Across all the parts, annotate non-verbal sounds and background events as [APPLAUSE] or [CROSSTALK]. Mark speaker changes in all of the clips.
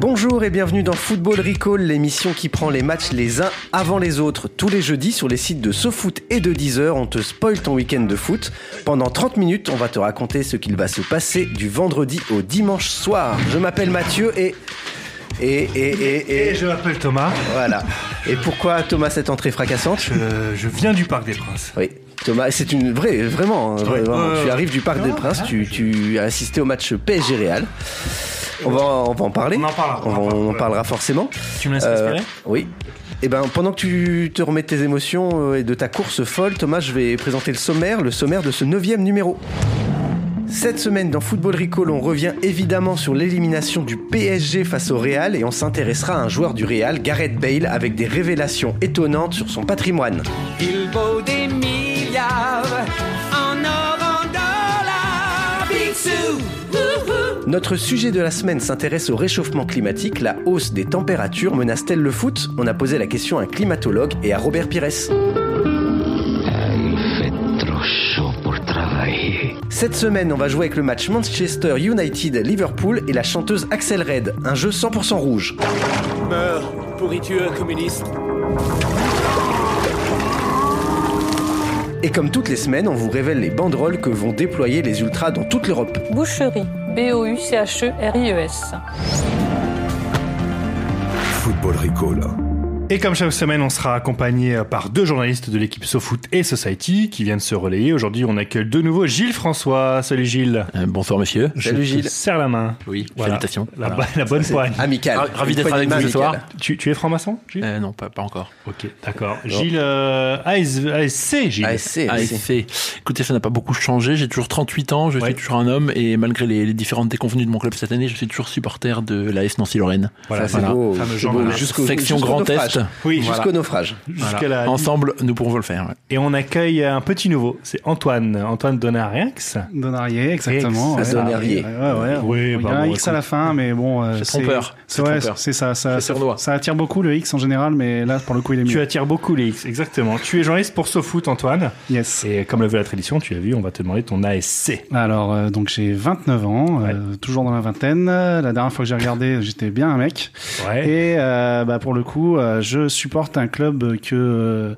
Speaker 1: Bonjour et bienvenue dans Football Recall, l'émission qui prend les matchs les uns avant les autres. Tous les jeudis sur les sites de SoFoot et de Deezer, on te spoil ton week-end de foot. Pendant 30 minutes, on va te raconter ce qu'il va se passer du vendredi au dimanche soir. Je m'appelle Mathieu et... Et, et, et,
Speaker 2: Et je m'appelle Thomas,
Speaker 1: Voilà. Et pourquoi Thomas cette entrée fracassante
Speaker 2: euh, je, je viens du Parc des Princes.
Speaker 1: Oui. Thomas, c'est une vraie, vraiment, hein,
Speaker 2: Ouais.
Speaker 1: vraiment.
Speaker 2: Ouais,
Speaker 1: tu
Speaker 2: ouais.
Speaker 1: arrives du Parc des
Speaker 2: Ah,
Speaker 1: Princes,
Speaker 2: ah,
Speaker 1: tu, tu as assisté au match PSG Real. On va, on va en parler.
Speaker 2: On en parlera,
Speaker 1: On,
Speaker 2: on en parlera,
Speaker 1: on en
Speaker 2: ouais.
Speaker 1: parlera forcément.
Speaker 3: Tu me laisses
Speaker 1: Euh,
Speaker 3: respirer
Speaker 1: Oui. Et ben, pendant que tu te remets de tes émotions euh, et de ta course folle, Thomas, je vais présenter le sommaire, le sommaire de ce neuvième numéro. Cette semaine dans Football Recall, on revient évidemment sur l'élimination du PSG face au Real et on s'intéressera à un joueur du Real, Gareth Bale, avec des révélations étonnantes sur son patrimoine.
Speaker 4: Il vaut des milliards en or, en dollars. Big Sue, wouhou.
Speaker 1: Notre sujet de la semaine s'intéresse au réchauffement climatique. La hausse des températures menace-t-elle le foot On a posé la question à un climatologue et à Robert Pires.
Speaker 5: Il fait trop chaud pour travailler.
Speaker 1: Cette semaine, on va jouer avec le match Manchester United-Liverpool et la chanteuse Axel Red, un jeu 100% rouge.
Speaker 6: Meurs, pourriture communiste.
Speaker 1: Et comme toutes les semaines, on vous révèle les banderoles que vont déployer les ultras dans toute l'Europe.
Speaker 7: Boucherie. B-O-U-C-H-E-R-I-E-S.
Speaker 8: Football Recall.
Speaker 2: Euh, Et comme chaque semaine, on sera accompagné euh, par deux journalistes de l'équipe SoFoot et Society qui viennent se relayer. Aujourd'hui, on accueille de nouveau Gilles François. Salut Gilles.
Speaker 3: Euh, bonsoir monsieur.
Speaker 1: Salut,
Speaker 2: Je te
Speaker 1: Gilles.
Speaker 2: serre la main.
Speaker 3: Oui,
Speaker 2: Voilà.
Speaker 3: félicitations.
Speaker 2: La,
Speaker 3: Voilà.
Speaker 2: bo- la bonne poigne.
Speaker 1: Amical.
Speaker 3: Ah, ravi
Speaker 1: Une
Speaker 3: d'être
Speaker 1: poignée
Speaker 3: avec
Speaker 1: de main
Speaker 3: vous ce soir.
Speaker 1: amicale.
Speaker 2: Tu, tu es franc-maçon Gilles
Speaker 3: Euh, non, pas, pas encore.
Speaker 2: Ok, d'accord. Gilles, euh, AS- ASC, Gilles.
Speaker 1: ASC,
Speaker 3: Ah,
Speaker 1: ASC.
Speaker 3: c'est- Écoutez, ça n'a pas beaucoup changé. J'ai toujours 38 ans, je
Speaker 2: Ouais.
Speaker 3: suis toujours un homme et malgré les, les différentes déconvenues de mon club cette année, je suis toujours supporter de l'AS Nancy-Lorraine.
Speaker 2: Voilà,
Speaker 1: C'est beau,
Speaker 2: Fameux
Speaker 1: c'est
Speaker 2: genre,
Speaker 1: beau.
Speaker 2: voilà.
Speaker 1: Jusqu'au-
Speaker 3: Section
Speaker 1: jusqu'au
Speaker 3: Grand
Speaker 1: naufrage.
Speaker 3: Est.
Speaker 2: Oui,
Speaker 1: Jusqu'au
Speaker 2: voilà.
Speaker 1: naufrage.
Speaker 2: Jusqu'à la-
Speaker 3: Ensemble, nous pourrons le faire. ouais.
Speaker 2: Et on accueille un petit nouveau, c'est Antoine, Antoine Donarix.
Speaker 9: Donarié, exactement.
Speaker 2: Ex-
Speaker 9: ouais. Ouais,
Speaker 1: Donarié.
Speaker 9: ouais, ouais.
Speaker 2: Oui,
Speaker 9: Il y
Speaker 2: bah
Speaker 9: a un
Speaker 2: bon,
Speaker 9: X à la fin, mais bon. euh,
Speaker 3: C'est
Speaker 9: c'est-
Speaker 3: trompeur.
Speaker 9: C'est
Speaker 3: C'est
Speaker 9: ouais,
Speaker 3: trompeur.
Speaker 9: c'est ça. Ça,
Speaker 3: C'est
Speaker 9: ça,
Speaker 3: sournois.
Speaker 9: ça attire beaucoup le X en général, mais là, pour le coup, il est mieux.
Speaker 2: Tu attires beaucoup les X, exactement. Tu es journaliste pour SoFoot, Antoine.
Speaker 9: Yes.
Speaker 2: Et comme le veut la tradition, tu as vu, on va te demander ton ASC.
Speaker 9: Alors, euh, donc j'ai 29 ans, euh, toujours dans la vingtaine. Euh, La dernière fois que j'ai regardé, [LAUGHS] j'étais bien un mec.
Speaker 2: Ouais.
Speaker 9: Et euh, bah, pour le coup, euh, je supporte un club que,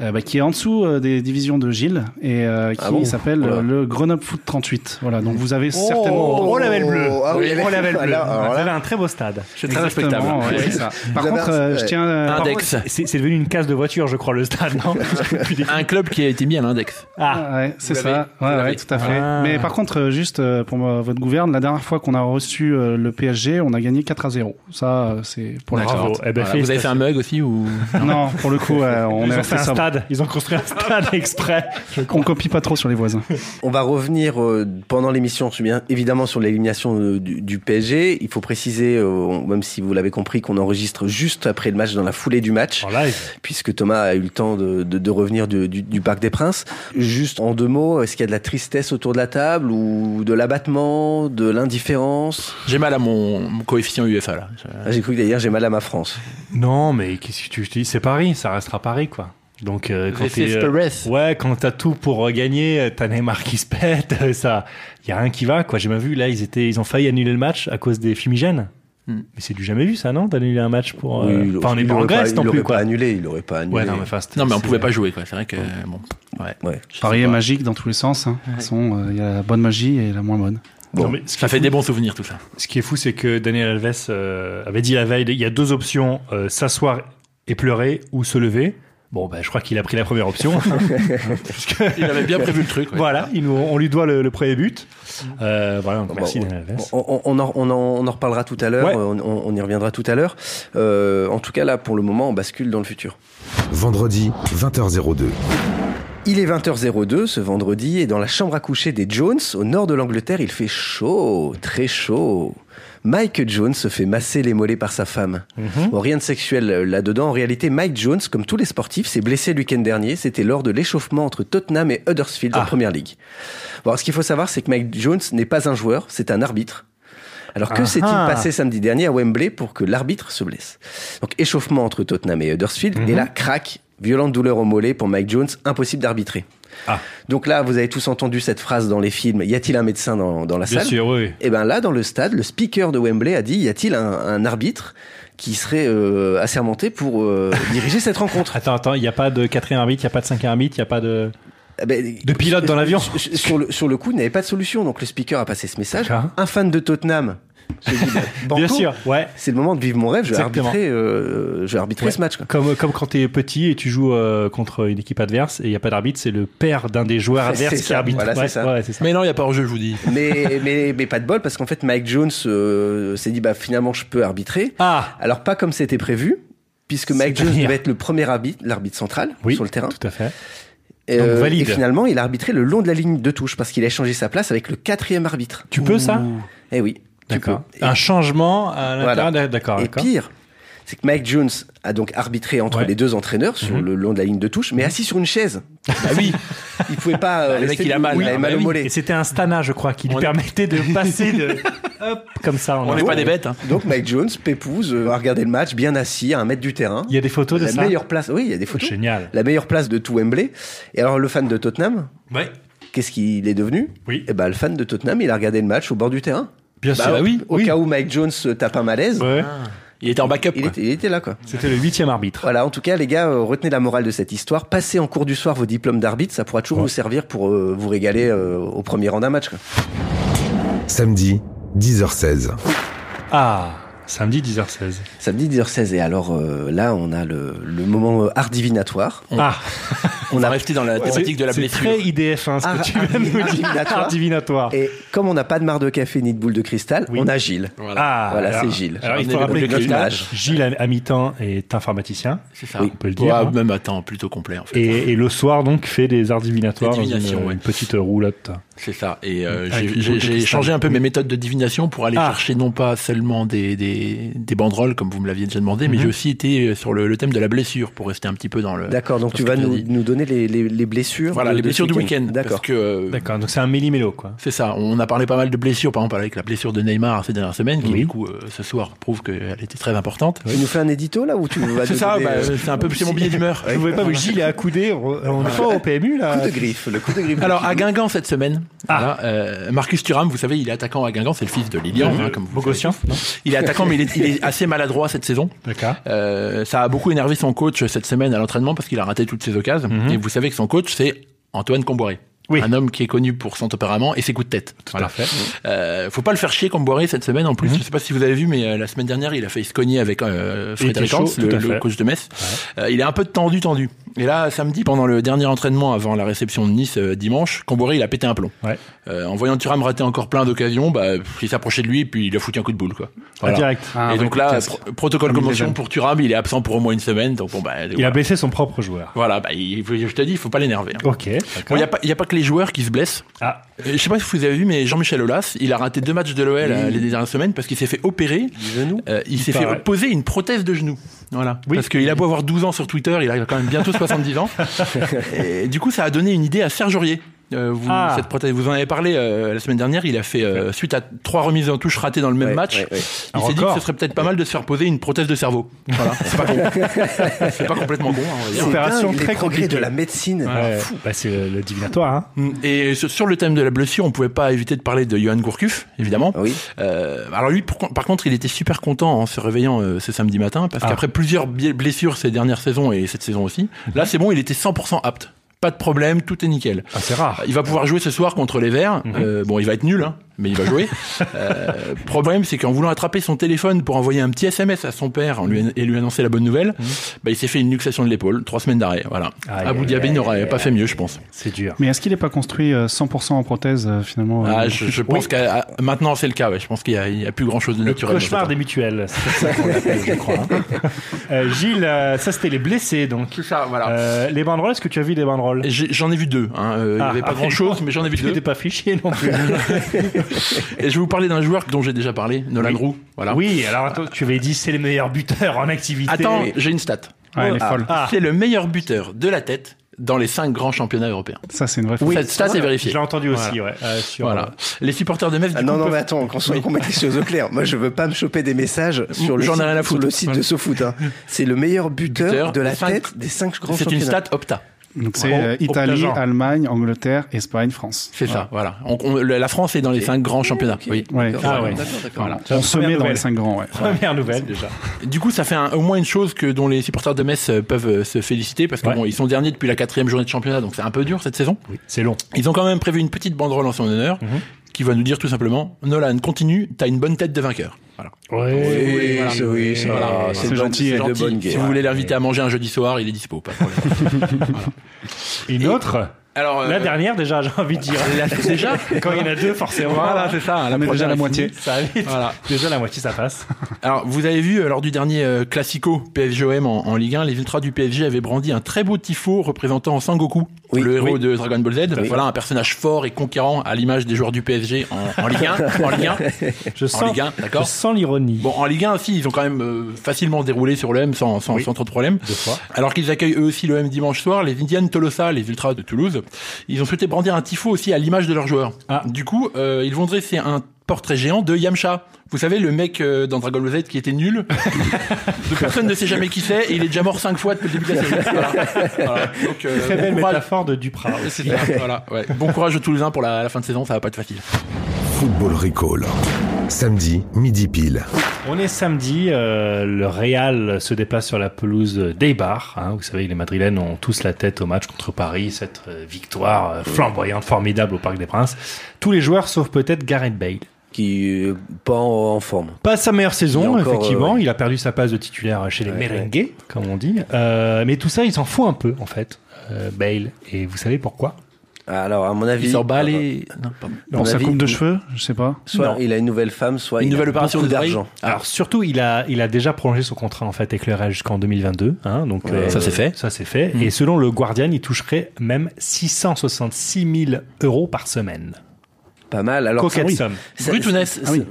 Speaker 9: euh, bah, qui est en dessous euh, des divisions de Gilles et euh, qui
Speaker 1: Ah bon
Speaker 9: s'appelle
Speaker 1: Oula.
Speaker 9: euh, le Grenoble Foot 38. Voilà, donc vous avez certainement.
Speaker 2: Oh, la belle bleue.
Speaker 1: Ah oui, [LAUGHS]
Speaker 2: Oh, la belle bleue.
Speaker 1: alors, alors
Speaker 2: Vous
Speaker 1: là-
Speaker 2: avez un Oh, très beau stade.
Speaker 3: C'est très respectable.
Speaker 9: Exactement, ouais, c'est ça. Par
Speaker 1: Vous avez
Speaker 9: contre,
Speaker 1: un-
Speaker 9: euh,
Speaker 1: ouais.
Speaker 9: je tiens.
Speaker 3: Ah,
Speaker 9: euh, par contre,
Speaker 3: Index.
Speaker 2: C'est c'est devenu une case de voiture, je crois, le stade,
Speaker 1: [LAUGHS]
Speaker 2: non
Speaker 3: Un club qui a été mis à l'index.
Speaker 2: Ah,
Speaker 9: Ah, ouais, c'est
Speaker 3: Vous l'avez
Speaker 9: ça. Ouais, ouais,
Speaker 3: l'avez
Speaker 9: tout à fait.
Speaker 2: Ah.
Speaker 9: Mais par contre, euh, juste euh, pour euh, votre gouverne, la dernière fois qu'on a reçu euh, le PSG, on a gagné 4 à 0. Ça, euh, c'est pour la
Speaker 2: bravo.
Speaker 9: carotte.
Speaker 2: Eh ben,
Speaker 3: Voilà. Vous avez fait un mug aussi [LAUGHS] ou
Speaker 9: Non, pour le coup, euh, on
Speaker 2: Ils
Speaker 9: est
Speaker 2: ont
Speaker 9: resté
Speaker 2: fait un
Speaker 9: sobre.
Speaker 2: stade. Ils ont construit un
Speaker 3: [LAUGHS]
Speaker 2: stade exprès.
Speaker 9: On copie pas trop sur les voisins.
Speaker 1: On va revenir euh, pendant l'émission sur- bien évidemment sur l'élimination euh, du, du PSG. Il faut préciser, euh, on- même si vous l'avez compris, qu'on enregistre juste après le match, dans la foulée du match,
Speaker 2: En live.
Speaker 1: puisque Thomas a eu le temps de, de- de revenir du, du- du Parc des Princes. Juste en deux mots, est-ce qu'il y a de la tristesse autour de la table ou de l'abattement, de l'indifférence
Speaker 3: J'ai mal à mon, mon coefficient UEFA là. Je-
Speaker 1: Ah, J'ai cru que d'ailleurs j'ai mal à ma France.
Speaker 2: Non, mais qu'est-ce que tu je te dis C'est Paris, ça restera Paris, quoi. Donc, euh, quand
Speaker 3: J'ai fait
Speaker 2: t'es, euh,
Speaker 3: Spurs.
Speaker 2: Ouais, quand t'as tout pour euh, gagner, euh, t'as Neymar qui se pète, euh, ça, y a rien qui va, quoi. J'ai bien vu, là, ils étaient, ils ont failli annuler le match à cause des fumigènes.
Speaker 3: Hmm.
Speaker 2: Mais c'est du jamais vu, ça, non D'annuler un match pour. euh,
Speaker 1: Oui, il-
Speaker 2: Enfin, on est
Speaker 1: il
Speaker 2: pas en
Speaker 1: aurait
Speaker 2: Grèce
Speaker 1: pas-
Speaker 2: non
Speaker 1: il
Speaker 2: plus,
Speaker 1: aurait
Speaker 2: quoi.
Speaker 1: pas annulé, il aurait pas annulé.
Speaker 2: Ouais, non, mais enfin, c'était-
Speaker 3: Non mais on
Speaker 2: c'est-
Speaker 3: pouvait pas jouer quoi. C'est vrai que euh, bon.
Speaker 1: Ouais.
Speaker 3: je sais
Speaker 9: Paris est
Speaker 3: pas.
Speaker 9: magique dans tous les sens. hein. De toute façon, euh, il y a la bonne magie et la moins bonne.
Speaker 2: Non, mais ce, qui
Speaker 3: Ça
Speaker 2: est
Speaker 3: fait
Speaker 2: fou,
Speaker 3: des bons souvenirs tout ça.
Speaker 2: ce qui est fou, c'est que Daniel Alves euh, avait dit la veille il y a deux options euh, s'asseoir et pleurer ou se lever. Bon, bah, je crois qu'il a pris la première
Speaker 1: [LAUGHS]
Speaker 2: option. Puisque-
Speaker 3: Il avait bien prévu le truc.
Speaker 2: [LAUGHS]
Speaker 3: ouais.
Speaker 2: Voilà, il nous- on lui doit le, le premier but. Euh, voilà, donc
Speaker 1: Mm. Bon,
Speaker 2: merci
Speaker 1: bah,
Speaker 2: Daniel Alves.
Speaker 1: On, on- on en, on en- on en reparlera tout à l'heure,
Speaker 2: Ouais.
Speaker 1: on, on- on y reviendra tout à l'heure. Euh, en tout cas, là, pour le moment, on bascule dans le futur.
Speaker 8: Vendredi, 20h02.
Speaker 1: Il est 20h02 ce vendredi et dans la chambre à coucher des Jones, au nord de l'Angleterre, il fait chaud, très chaud. Mike Jones se fait masser les mollets par sa femme.
Speaker 2: Mhm.
Speaker 1: Bon, rien de sexuel euh, là-dedans. En réalité, Mike Jones, comme tous les sportifs, s'est blessé le week-end dernier. C'était lors de l'échauffement entre Tottenham et Huddersfield
Speaker 2: Ah.
Speaker 1: en Première Ligue. Bon, alors, ce qu'il faut savoir, c'est que Mike Jones n'est pas un joueur, c'est un arbitre. Alors que
Speaker 2: Ah
Speaker 1: s'est-il
Speaker 2: ah.
Speaker 1: passé samedi dernier à Wembley pour que l'arbitre se blesse Donc échauffement entre Tottenham et Huddersfield,
Speaker 2: Mhm.
Speaker 1: et là, crac, violente douleur au mollet pour Mike Jones, impossible d'arbitrer.
Speaker 2: Ah.
Speaker 1: Donc là, vous avez tous entendu cette phrase dans les films, y a-t-il un médecin dans, dans la
Speaker 2: Bien
Speaker 1: salle
Speaker 2: sûr, oui. oui.
Speaker 1: et bien là, dans le stade, le speaker de Wembley a dit, y a-t-il un, un arbitre qui serait euh, assermenté pour euh, [LAUGHS] diriger cette rencontre
Speaker 2: Attends, attends, il n'y a pas de quatrième arbitre, il n'y a pas de cinquième arbitre, il n'y a pas de.
Speaker 1: Eh ben,
Speaker 2: De pilote dans l'avion.
Speaker 1: sur- Sur le, sur le coup, il n'avait pas de solution, donc le speaker a passé ce message.
Speaker 2: D'accord.
Speaker 1: Un fan de Tottenham se dit, bah,
Speaker 2: Ah. [LAUGHS] Bien
Speaker 1: banco,
Speaker 2: sûr, ouais.
Speaker 1: C'est le moment de vivre mon rêve, je vais
Speaker 2: Exactement.
Speaker 1: arbitrer, euh, je vais arbitrer
Speaker 2: Ouais.
Speaker 1: ce match. quoi.
Speaker 2: Comme, comme quand t'es petit et tu joues euh, contre une équipe adverse et il n'y a pas d'arbitre, c'est le père d'un des joueurs
Speaker 1: [LAUGHS] C'est
Speaker 2: adverses qui
Speaker 1: ça,
Speaker 2: arbitre.
Speaker 1: voilà, c'est
Speaker 2: ouais,
Speaker 1: ça.
Speaker 2: ouais, c'est ça.
Speaker 3: Mais non, il n'y a pas hors-jeu, je vous dis.
Speaker 1: Mais, mais, mais pas de bol, parce qu'en fait, Mike Jones euh, s'est dit, bah, finalement, je peux arbitrer.
Speaker 2: Ah
Speaker 1: Alors, pas comme c'était prévu, puisque Mike Jones
Speaker 2: C'est-à-dire
Speaker 1: devait être le premier arbitre, l'arbitre central
Speaker 2: Oui,
Speaker 1: sur le terrain.
Speaker 2: tout à fait.
Speaker 1: Et,
Speaker 2: Donc,
Speaker 1: euh,
Speaker 2: valide.
Speaker 1: Et finalement, il a arbitré le long de la ligne de touche parce qu'il a changé sa place avec le quatrième arbitre.
Speaker 2: Tu peux ça
Speaker 1: Eh oui. tu
Speaker 2: D'accord.
Speaker 1: peux. Et,
Speaker 2: Un changement à l'intérieur.
Speaker 1: Voilà.
Speaker 2: de- D'accord,
Speaker 1: et
Speaker 2: Ah, d'accord.
Speaker 1: pire, c'est que Mike Jones a donc arbitré entre
Speaker 2: Ouais. Mhm.
Speaker 1: les deux entraîneurs sur le long de la ligne de touche, mais assis sur une
Speaker 2: [LAUGHS]
Speaker 1: chaise.
Speaker 2: Bah
Speaker 3: Ah oui,
Speaker 1: Il pouvait pas. euh,
Speaker 3: le mec,
Speaker 1: rester
Speaker 3: il a
Speaker 1: debout,
Speaker 3: mal.
Speaker 1: Il avait
Speaker 3: Ah,
Speaker 1: mal
Speaker 3: bah
Speaker 1: au
Speaker 3: oui.
Speaker 1: mollet.
Speaker 2: Et c'était un stana, je crois, qui lui
Speaker 3: On est-
Speaker 1: [LAUGHS]
Speaker 2: permettait de passer de. Hop, comme ça. en
Speaker 3: on n'est
Speaker 2: avant.
Speaker 3: pas des bêtes. hein.
Speaker 1: Donc Mike Jones, Pépouze, euh, a regardé le match bien assis à un mètre du terrain.
Speaker 2: Il y a des photos de
Speaker 1: la
Speaker 2: ça. Oh,
Speaker 1: meilleure place. Oui, il y a des photos.
Speaker 2: Génial.
Speaker 1: La meilleure place de tout Wembley. Et alors le fan de Tottenham,
Speaker 2: Ouais.
Speaker 1: qu'est-ce qu'il est devenu
Speaker 2: Oui.
Speaker 1: Eh ben le fan de Tottenham, il a regardé le match au bord du terrain.
Speaker 2: Bien
Speaker 1: Bah,
Speaker 2: sûr.
Speaker 1: au-
Speaker 2: Ah oui.
Speaker 1: au
Speaker 2: oui.
Speaker 1: cas où Mike Jones euh, tape un malaise,
Speaker 2: Ouais.
Speaker 3: Il était en backup.
Speaker 1: il,
Speaker 3: quoi.
Speaker 1: était, il était là quoi.
Speaker 2: C'était le huitième arbitre.
Speaker 1: Voilà, en tout cas les gars, euh, retenez la morale de cette histoire. Passez en cours du soir vos diplômes d'arbitre, ça pourra toujours vous servir pour euh, vous régaler euh, au premier rang d'un match. quoi.
Speaker 8: Samedi, 10h16.
Speaker 2: Ah, samedi 10h16.
Speaker 1: Samedi 10h16 et alors euh, là on a le, le moment euh, art divinatoire.
Speaker 2: Ah,
Speaker 3: On a resté dans la thématique de la
Speaker 2: c'est
Speaker 3: blessure.
Speaker 2: très IDF1 ce
Speaker 1: Ah,
Speaker 2: que tu
Speaker 1: ah,
Speaker 2: viens de
Speaker 1: ah,
Speaker 2: nous dire.
Speaker 1: divinatoire.
Speaker 2: Art divinatoire.
Speaker 1: Et comme on n'a pas de marre de café ni de boule de cristal,
Speaker 2: Oui.
Speaker 1: on a Gilles.
Speaker 3: Voilà.
Speaker 2: Ah,
Speaker 1: Voilà,
Speaker 2: alors-
Speaker 1: c'est Gilles.
Speaker 2: Alors, il
Speaker 3: J'ai
Speaker 2: faut
Speaker 3: ramené
Speaker 2: rappeler
Speaker 3: le
Speaker 2: que
Speaker 3: bloc
Speaker 2: Gilles,
Speaker 1: notage.
Speaker 2: Gilles, à, à mi-temps est informaticien,
Speaker 3: C'est ça.
Speaker 2: on peut le dire.
Speaker 3: Ouais,
Speaker 2: hein.
Speaker 3: même attends, plutôt complet en fait.
Speaker 2: Et, et le soir, donc, fait des arts divinatoires,
Speaker 3: Des
Speaker 2: dans une,
Speaker 3: divinations, ouais.
Speaker 2: une petite roulotte.
Speaker 3: C'est ça. Et euh,
Speaker 2: Avec
Speaker 3: j'ai-
Speaker 2: une boule de
Speaker 3: j'ai j'ai
Speaker 2: cristal.
Speaker 3: changé un peu mes méthodes de divination pour aller
Speaker 2: Ah.
Speaker 3: chercher non pas seulement des, des, des banderoles comme vous me l'aviez déjà demandé, mais
Speaker 2: Mhm.
Speaker 3: j'ai aussi été sur le, le thème de la blessure pour rester un petit peu dans le.
Speaker 1: D'accord, donc
Speaker 3: Parce
Speaker 1: tu
Speaker 3: que
Speaker 1: vas
Speaker 3: t'as
Speaker 1: nous,
Speaker 3: dit-
Speaker 1: nous donner les, les- les blessures.
Speaker 3: Voilà
Speaker 1: de-
Speaker 3: les
Speaker 1: de ce
Speaker 3: blessures du week-end.
Speaker 1: D'accord.
Speaker 3: Parce que euh,
Speaker 2: D'accord, donc c'est un méli-mélo, quoi.
Speaker 3: C'est ça, on a parlé pas mal de blessures, par exemple avec la blessure de Neymar ces dernières semaines, qui
Speaker 2: Oui.
Speaker 3: du coup euh, ce soir prouve qu'elle était très importante.
Speaker 1: Tu nous fais un édito là ou tu vas
Speaker 3: [LAUGHS] C'est
Speaker 1: nous
Speaker 3: ça,
Speaker 1: donner,
Speaker 3: bah,
Speaker 1: euh,
Speaker 3: c'est un peu c'est mon billet d'humeur.
Speaker 2: Vous pouvez pas,
Speaker 3: [LAUGHS]
Speaker 2: mais Gilles est accoudé, on n'est pas au PMU, là.
Speaker 1: coup de griffe, le coup de griffe.
Speaker 3: Alors à Guingamp cette semaine,
Speaker 2: Ah.
Speaker 3: voilà, euh, Marcus Thuram, vous savez, il est attaquant à Guingamp, c'est le fils de Lilian, hein, comme vous le savez.
Speaker 2: Bogossian non
Speaker 3: Il est attaquant, mais il est, il est assez maladroit cette saison.
Speaker 2: D'accord.
Speaker 3: Euh, ça a beaucoup énervé son coach cette semaine à l'entraînement parce qu'il a raté toutes ses occasions. Et vous savez que son coach, c'est Antoine Comboiré.
Speaker 2: Mhm. Oui.
Speaker 3: Un homme qui est connu pour son tempérament et ses coups de tête. Tout
Speaker 2: à fait.
Speaker 3: Euh, faut pas le faire chier Comboiré cette semaine en plus. Je sais pas si vous avez vu, mais euh, la semaine dernière, il a failli se cogner avec
Speaker 2: Mhm.
Speaker 3: euh,
Speaker 2: Il était
Speaker 3: Frédéric
Speaker 2: chaud,
Speaker 3: Hans, le,
Speaker 2: tout à
Speaker 3: le
Speaker 2: fait.
Speaker 3: coach de Metz. Euh, il est un peu tendu, tendu. Et là, samedi, pendant le dernier entraînement avant la réception de Nice euh, dimanche, Comboiré, il a pété un plomb.
Speaker 2: Ouais. Ah,
Speaker 3: Euh, en voyant Thuram rater encore plein d'occasions, bah, il s'approchait de lui et puis il a foutu un coup de boule. Quoi. Voilà.
Speaker 2: Direct.
Speaker 9: Ah,
Speaker 3: et
Speaker 9: ouais,
Speaker 3: donc là,
Speaker 9: putain,
Speaker 3: pro- protocole
Speaker 9: Comme il les
Speaker 3: convention
Speaker 9: aime.
Speaker 3: pour Thuram, il est absent pour au moins une semaine. Donc bon, bah,
Speaker 2: Il a
Speaker 3: voilà,
Speaker 2: blessé son propre joueur.
Speaker 3: Voilà, bah, il- je te dis, il faut pas l'énerver. hein.
Speaker 2: Ok.
Speaker 3: Bon, il n'y a, pas- il y a pas que les joueurs qui se blessent.
Speaker 2: Ah,
Speaker 3: Euh, Je sais pas si vous avez vu, mais Jean-Michel Aulas, il a raté deux matchs de l'OL euh, les dernières semaines parce qu'il s'est fait opérer. Euh, il s'est fait
Speaker 2: paraît.
Speaker 3: poser une prothèse de genou. Voilà.
Speaker 2: Oui.
Speaker 3: Parce qu'il a beau avoir 12 ans sur Twitter, il a quand même bientôt 70
Speaker 1: [LAUGHS]
Speaker 3: ans. Et du coup, ça a donné une idée à Serge Aurier. Euh, vous,
Speaker 2: Ah.
Speaker 3: cette prothèse, vous en avez parlé euh, la semaine dernière. Il a fait euh, suite à trois remises en touche ratées dans le même
Speaker 1: Ouais,
Speaker 3: match.
Speaker 1: ouais, ouais.
Speaker 2: Un
Speaker 3: Il s'est dit que
Speaker 2: record.
Speaker 3: ce serait peut-être pas mal de se faire poser une prothèse de cerveau. Voilà, c'est pas con.
Speaker 1: [LAUGHS]
Speaker 3: c'est pas complètement con. hein, on va dire.
Speaker 1: C'est
Speaker 2: Opération
Speaker 1: dingue, les
Speaker 2: très
Speaker 1: progrès
Speaker 2: compliquée.
Speaker 1: de la médecine.
Speaker 2: ouais. Bah, c'est le, le divinatoire, hein.
Speaker 3: Et sur sur le thème de la blessure, on pouvait pas éviter de parler de Johan Gourcuff, évidemment.
Speaker 1: Oui.
Speaker 3: Euh, alors lui, pour- par contre, il était super content en se réveillant euh, ce samedi matin, parce
Speaker 2: Ah.
Speaker 3: qu'après plusieurs bi- blessures ces dernières saisons et cette saison aussi,
Speaker 2: Mhm.
Speaker 3: là c'est bon, il était 100% apte. Pas de problème, tout est nickel.
Speaker 2: Ah, Mhm. c'est rare.
Speaker 3: Il va pouvoir jouer ce soir contre les Verts. Euh, bon, il va être nul, hein, mais il
Speaker 2: [LAUGHS]
Speaker 3: va jouer. euh, problème, c'est qu'en voulant attraper son téléphone pour envoyer un petit SMS à son père en lui- et lui annoncer la bonne nouvelle, bah, il s'est fait une luxation de l'épaule, trois semaines d'arrêt. Voilà.
Speaker 2: Mhm. Aïe,
Speaker 3: Abu
Speaker 2: aïe,
Speaker 3: Dhabi
Speaker 2: aïe,
Speaker 3: n'aurait
Speaker 2: aïe,
Speaker 3: pas fait
Speaker 2: aïe.
Speaker 3: mieux, je pense.
Speaker 2: C'est dur.
Speaker 9: Mais est-ce qu'il n'est pas construit euh, 100% en prothèse euh, finalement
Speaker 3: Ah,
Speaker 9: euh,
Speaker 3: je, je pense que maintenant c'est le cas. ouais. Je pense qu'il n'y a, plus grand chose de
Speaker 2: Le
Speaker 3: naturel. dans
Speaker 2: cauchemar
Speaker 3: cette
Speaker 2: des mutuelles, c'est ça qu'on l'appelle, je crois. hein.
Speaker 3: [LAUGHS]
Speaker 2: Euh, Gilles, euh, ça c'était les blessés donc.
Speaker 3: affaire.
Speaker 2: Euh, les banderoles, est-ce que tu as vu les banderoles
Speaker 3: J'ai- J'en ai vu deux. hein. Euh, il n'y
Speaker 2: Ah,
Speaker 3: avait pas
Speaker 2: ah, [LAUGHS]
Speaker 3: grand chose, mais j'en ai vu
Speaker 2: Tu
Speaker 3: deux.
Speaker 2: n'étais pas fiché non plus.
Speaker 3: Et je vais vous parler d'un joueur dont j'ai déjà parlé, Nolan
Speaker 2: Oui.
Speaker 3: Roux. [LAUGHS] Voilà.
Speaker 2: Oui, alors attends, tu avais dit c'est les meilleurs buteurs en activité.
Speaker 3: Attends, j'ai une stat.
Speaker 9: Ouais, elle est folle.
Speaker 2: Ah.
Speaker 3: C'est le meilleur buteur de la tête dans les cinq grands championnats européens.
Speaker 9: Ça, c'est une vraie folle.
Speaker 3: Cette stat est
Speaker 2: Je
Speaker 3: vérifiée.
Speaker 2: l'ai entendu aussi, ouais. euh, sur,
Speaker 3: Voilà. Les supporters de Metz.
Speaker 1: Ah
Speaker 3: du
Speaker 1: non,
Speaker 3: coup,
Speaker 1: non,
Speaker 3: peuvent-
Speaker 1: mais attends, qu'on soit- qu'on mette les choses au clair. Moi, je veux pas me choper des messages sur le
Speaker 3: J'en ai
Speaker 1: site,
Speaker 3: rien à
Speaker 1: sur
Speaker 3: foutre.
Speaker 1: le site de SoFoot. hein. C'est le meilleur buteur,
Speaker 3: Buteur
Speaker 1: de la
Speaker 3: des cinq-
Speaker 1: tête des cinq grands
Speaker 3: C'est une
Speaker 1: championnats.
Speaker 3: stat opta.
Speaker 9: Donc c'est
Speaker 2: Au-
Speaker 9: euh,
Speaker 2: au
Speaker 9: Italie,
Speaker 2: plageant.
Speaker 9: Allemagne, Angleterre, Espagne, France.
Speaker 3: C'est
Speaker 1: Ah.
Speaker 3: ça. Voilà. On- on- le- la France est dans les cinq grands championnats. Oui.
Speaker 9: Ouais.
Speaker 2: Ah ouais.
Speaker 1: D'accord, d'accord.
Speaker 3: Voilà.
Speaker 9: On se
Speaker 2: Première
Speaker 9: met dans
Speaker 2: nouvelle.
Speaker 9: les cinq grands, ouais.
Speaker 2: Première nouvelle déjà.
Speaker 3: Du coup, ça fait un- au moins une chose que dont les supporters de Metz euh, peuvent euh, se féliciter parce que
Speaker 2: Ouais.
Speaker 3: bon, ils sont derniers depuis la quatrième journée de championnat, donc c'est un peu dur cette saison.
Speaker 2: C'est long.
Speaker 3: Ils ont quand même prévu une petite banderole en son honneur qui va nous dire tout simplement Nolan, continue, t'as une bonne tête de vainqueur. Voilà.
Speaker 1: Oui,
Speaker 3: voilà.
Speaker 1: c'est- oui, c'est-
Speaker 3: Voilà,
Speaker 1: Euh, c'est
Speaker 9: c'est
Speaker 1: de bonne-
Speaker 9: gentil,
Speaker 1: c'est
Speaker 9: et
Speaker 1: de
Speaker 3: Gentil.
Speaker 1: bonne
Speaker 3: si
Speaker 1: guerre.
Speaker 3: vous voulez l'inviter à manger un jeudi soir, il est dispo, pas de problème.
Speaker 2: Une
Speaker 3: Et-
Speaker 2: autre
Speaker 3: Alors,
Speaker 2: La
Speaker 3: euh,
Speaker 2: dernière déjà, j'ai envie de dire. [LAUGHS]
Speaker 3: la- déjà
Speaker 2: Quand il y en a deux, forcément.
Speaker 3: Voilà, c'est ça.
Speaker 9: On est
Speaker 3: première
Speaker 9: déjà à la
Speaker 3: est
Speaker 9: moitié.
Speaker 3: finie.
Speaker 2: Ça va vite.
Speaker 3: Voilà.
Speaker 2: Déjà la moitié ça passe.
Speaker 3: Alors, vous avez vu, euh, lors du dernier euh, Classico PFGOM en, en Ligue 1, les ultras du PSG avaient brandi un très beau tifo représentant Sangoku,
Speaker 1: Oui,
Speaker 3: le héros
Speaker 1: oui.
Speaker 3: de Dragon Ball Z. Voilà, un personnage fort et conquérant à l'image des joueurs du PSG en, en Ligue 1. en Ligue 1.
Speaker 2: Je sens,
Speaker 3: Ligue 1, Oh, d'accord.
Speaker 2: je sens l'ironie.
Speaker 3: Bon, en Ligue 1 aussi, ils ont quand même euh, facilement déroulé sur l'OM sans, sans, sans trop de problèmes.
Speaker 2: Deux fois.
Speaker 3: Alors qu'ils accueillent eux aussi l'OM dimanche soir, les Indians Tolosa, les Ultras de Toulouse, ils ont souhaité brandir un tifo aussi à l'image de leurs joueurs.
Speaker 2: Ah.
Speaker 3: Du coup, euh, ils vont dresser un portrait géant de Yamcha. Vous savez, le mec euh, dans Dragon Ball Z qui
Speaker 2: [LAUGHS]
Speaker 3: était nul, de personne ne sait jamais qui c'est, et il est déjà mort cinq fois depuis le début de la série. Voilà. Voilà. Donc, euh,
Speaker 2: Très belle
Speaker 3: bon courage. Ah,
Speaker 2: métaphore de
Speaker 3: [LAUGHS]
Speaker 2: Duprat. aussi.
Speaker 3: C'est ça, voilà, ouais. Bon courage aux Toulousains pour la, la fin de saison, ça va pas être facile.
Speaker 8: Football Recall. Samedi, midi pile.
Speaker 2: On est samedi, euh, le Real se déplace sur la pelouse d'Eibar. hein. vous savez, les Madrilènes ont tous la tête au match contre Paris, cette euh, victoire euh, flamboyante, formidable au Parc des Princes. Tous les joueurs, sauf peut-être Gareth Bale.
Speaker 1: Qui euh, pas en, en forme.
Speaker 2: Pas sa meilleure saison,
Speaker 1: Il est encore,
Speaker 2: effectivement.
Speaker 1: euh,
Speaker 2: Il a perdu sa place de titulaire chez les
Speaker 1: Ouais,
Speaker 2: merengues, comme on dit. Euh, mais tout ça, il s'en fout un peu, en fait, euh, Bale. Et vous savez pourquoi
Speaker 1: Alors, à mon avis,
Speaker 3: Ils s'emballent et...
Speaker 1: Ah, bah.
Speaker 3: Non, pardon.
Speaker 9: Pour sa
Speaker 1: avis,
Speaker 9: coupe de
Speaker 1: il-
Speaker 9: cheveux, je sais pas.
Speaker 1: soit
Speaker 2: Non.
Speaker 1: il a une nouvelle femme, soit
Speaker 3: Une
Speaker 1: il
Speaker 3: nouvelle
Speaker 1: a
Speaker 3: opération
Speaker 1: beaucoup
Speaker 3: de Ah,
Speaker 1: d'argent.
Speaker 2: Alors surtout, il a, il a déjà prolongé son contrat en fait avec le Real jusqu'en 2022. hein, donc euh,
Speaker 3: Ça, c'est fait.
Speaker 2: Ça c'est fait.
Speaker 1: Mm.
Speaker 2: Et selon le Guardian, il toucherait même 666 000 euros par semaine.
Speaker 1: Pas mal. Alors, ah
Speaker 2: Coquette
Speaker 1: ça,
Speaker 2: somme
Speaker 1: ça-
Speaker 3: Brut ou net
Speaker 1: ça,
Speaker 3: Ah oui.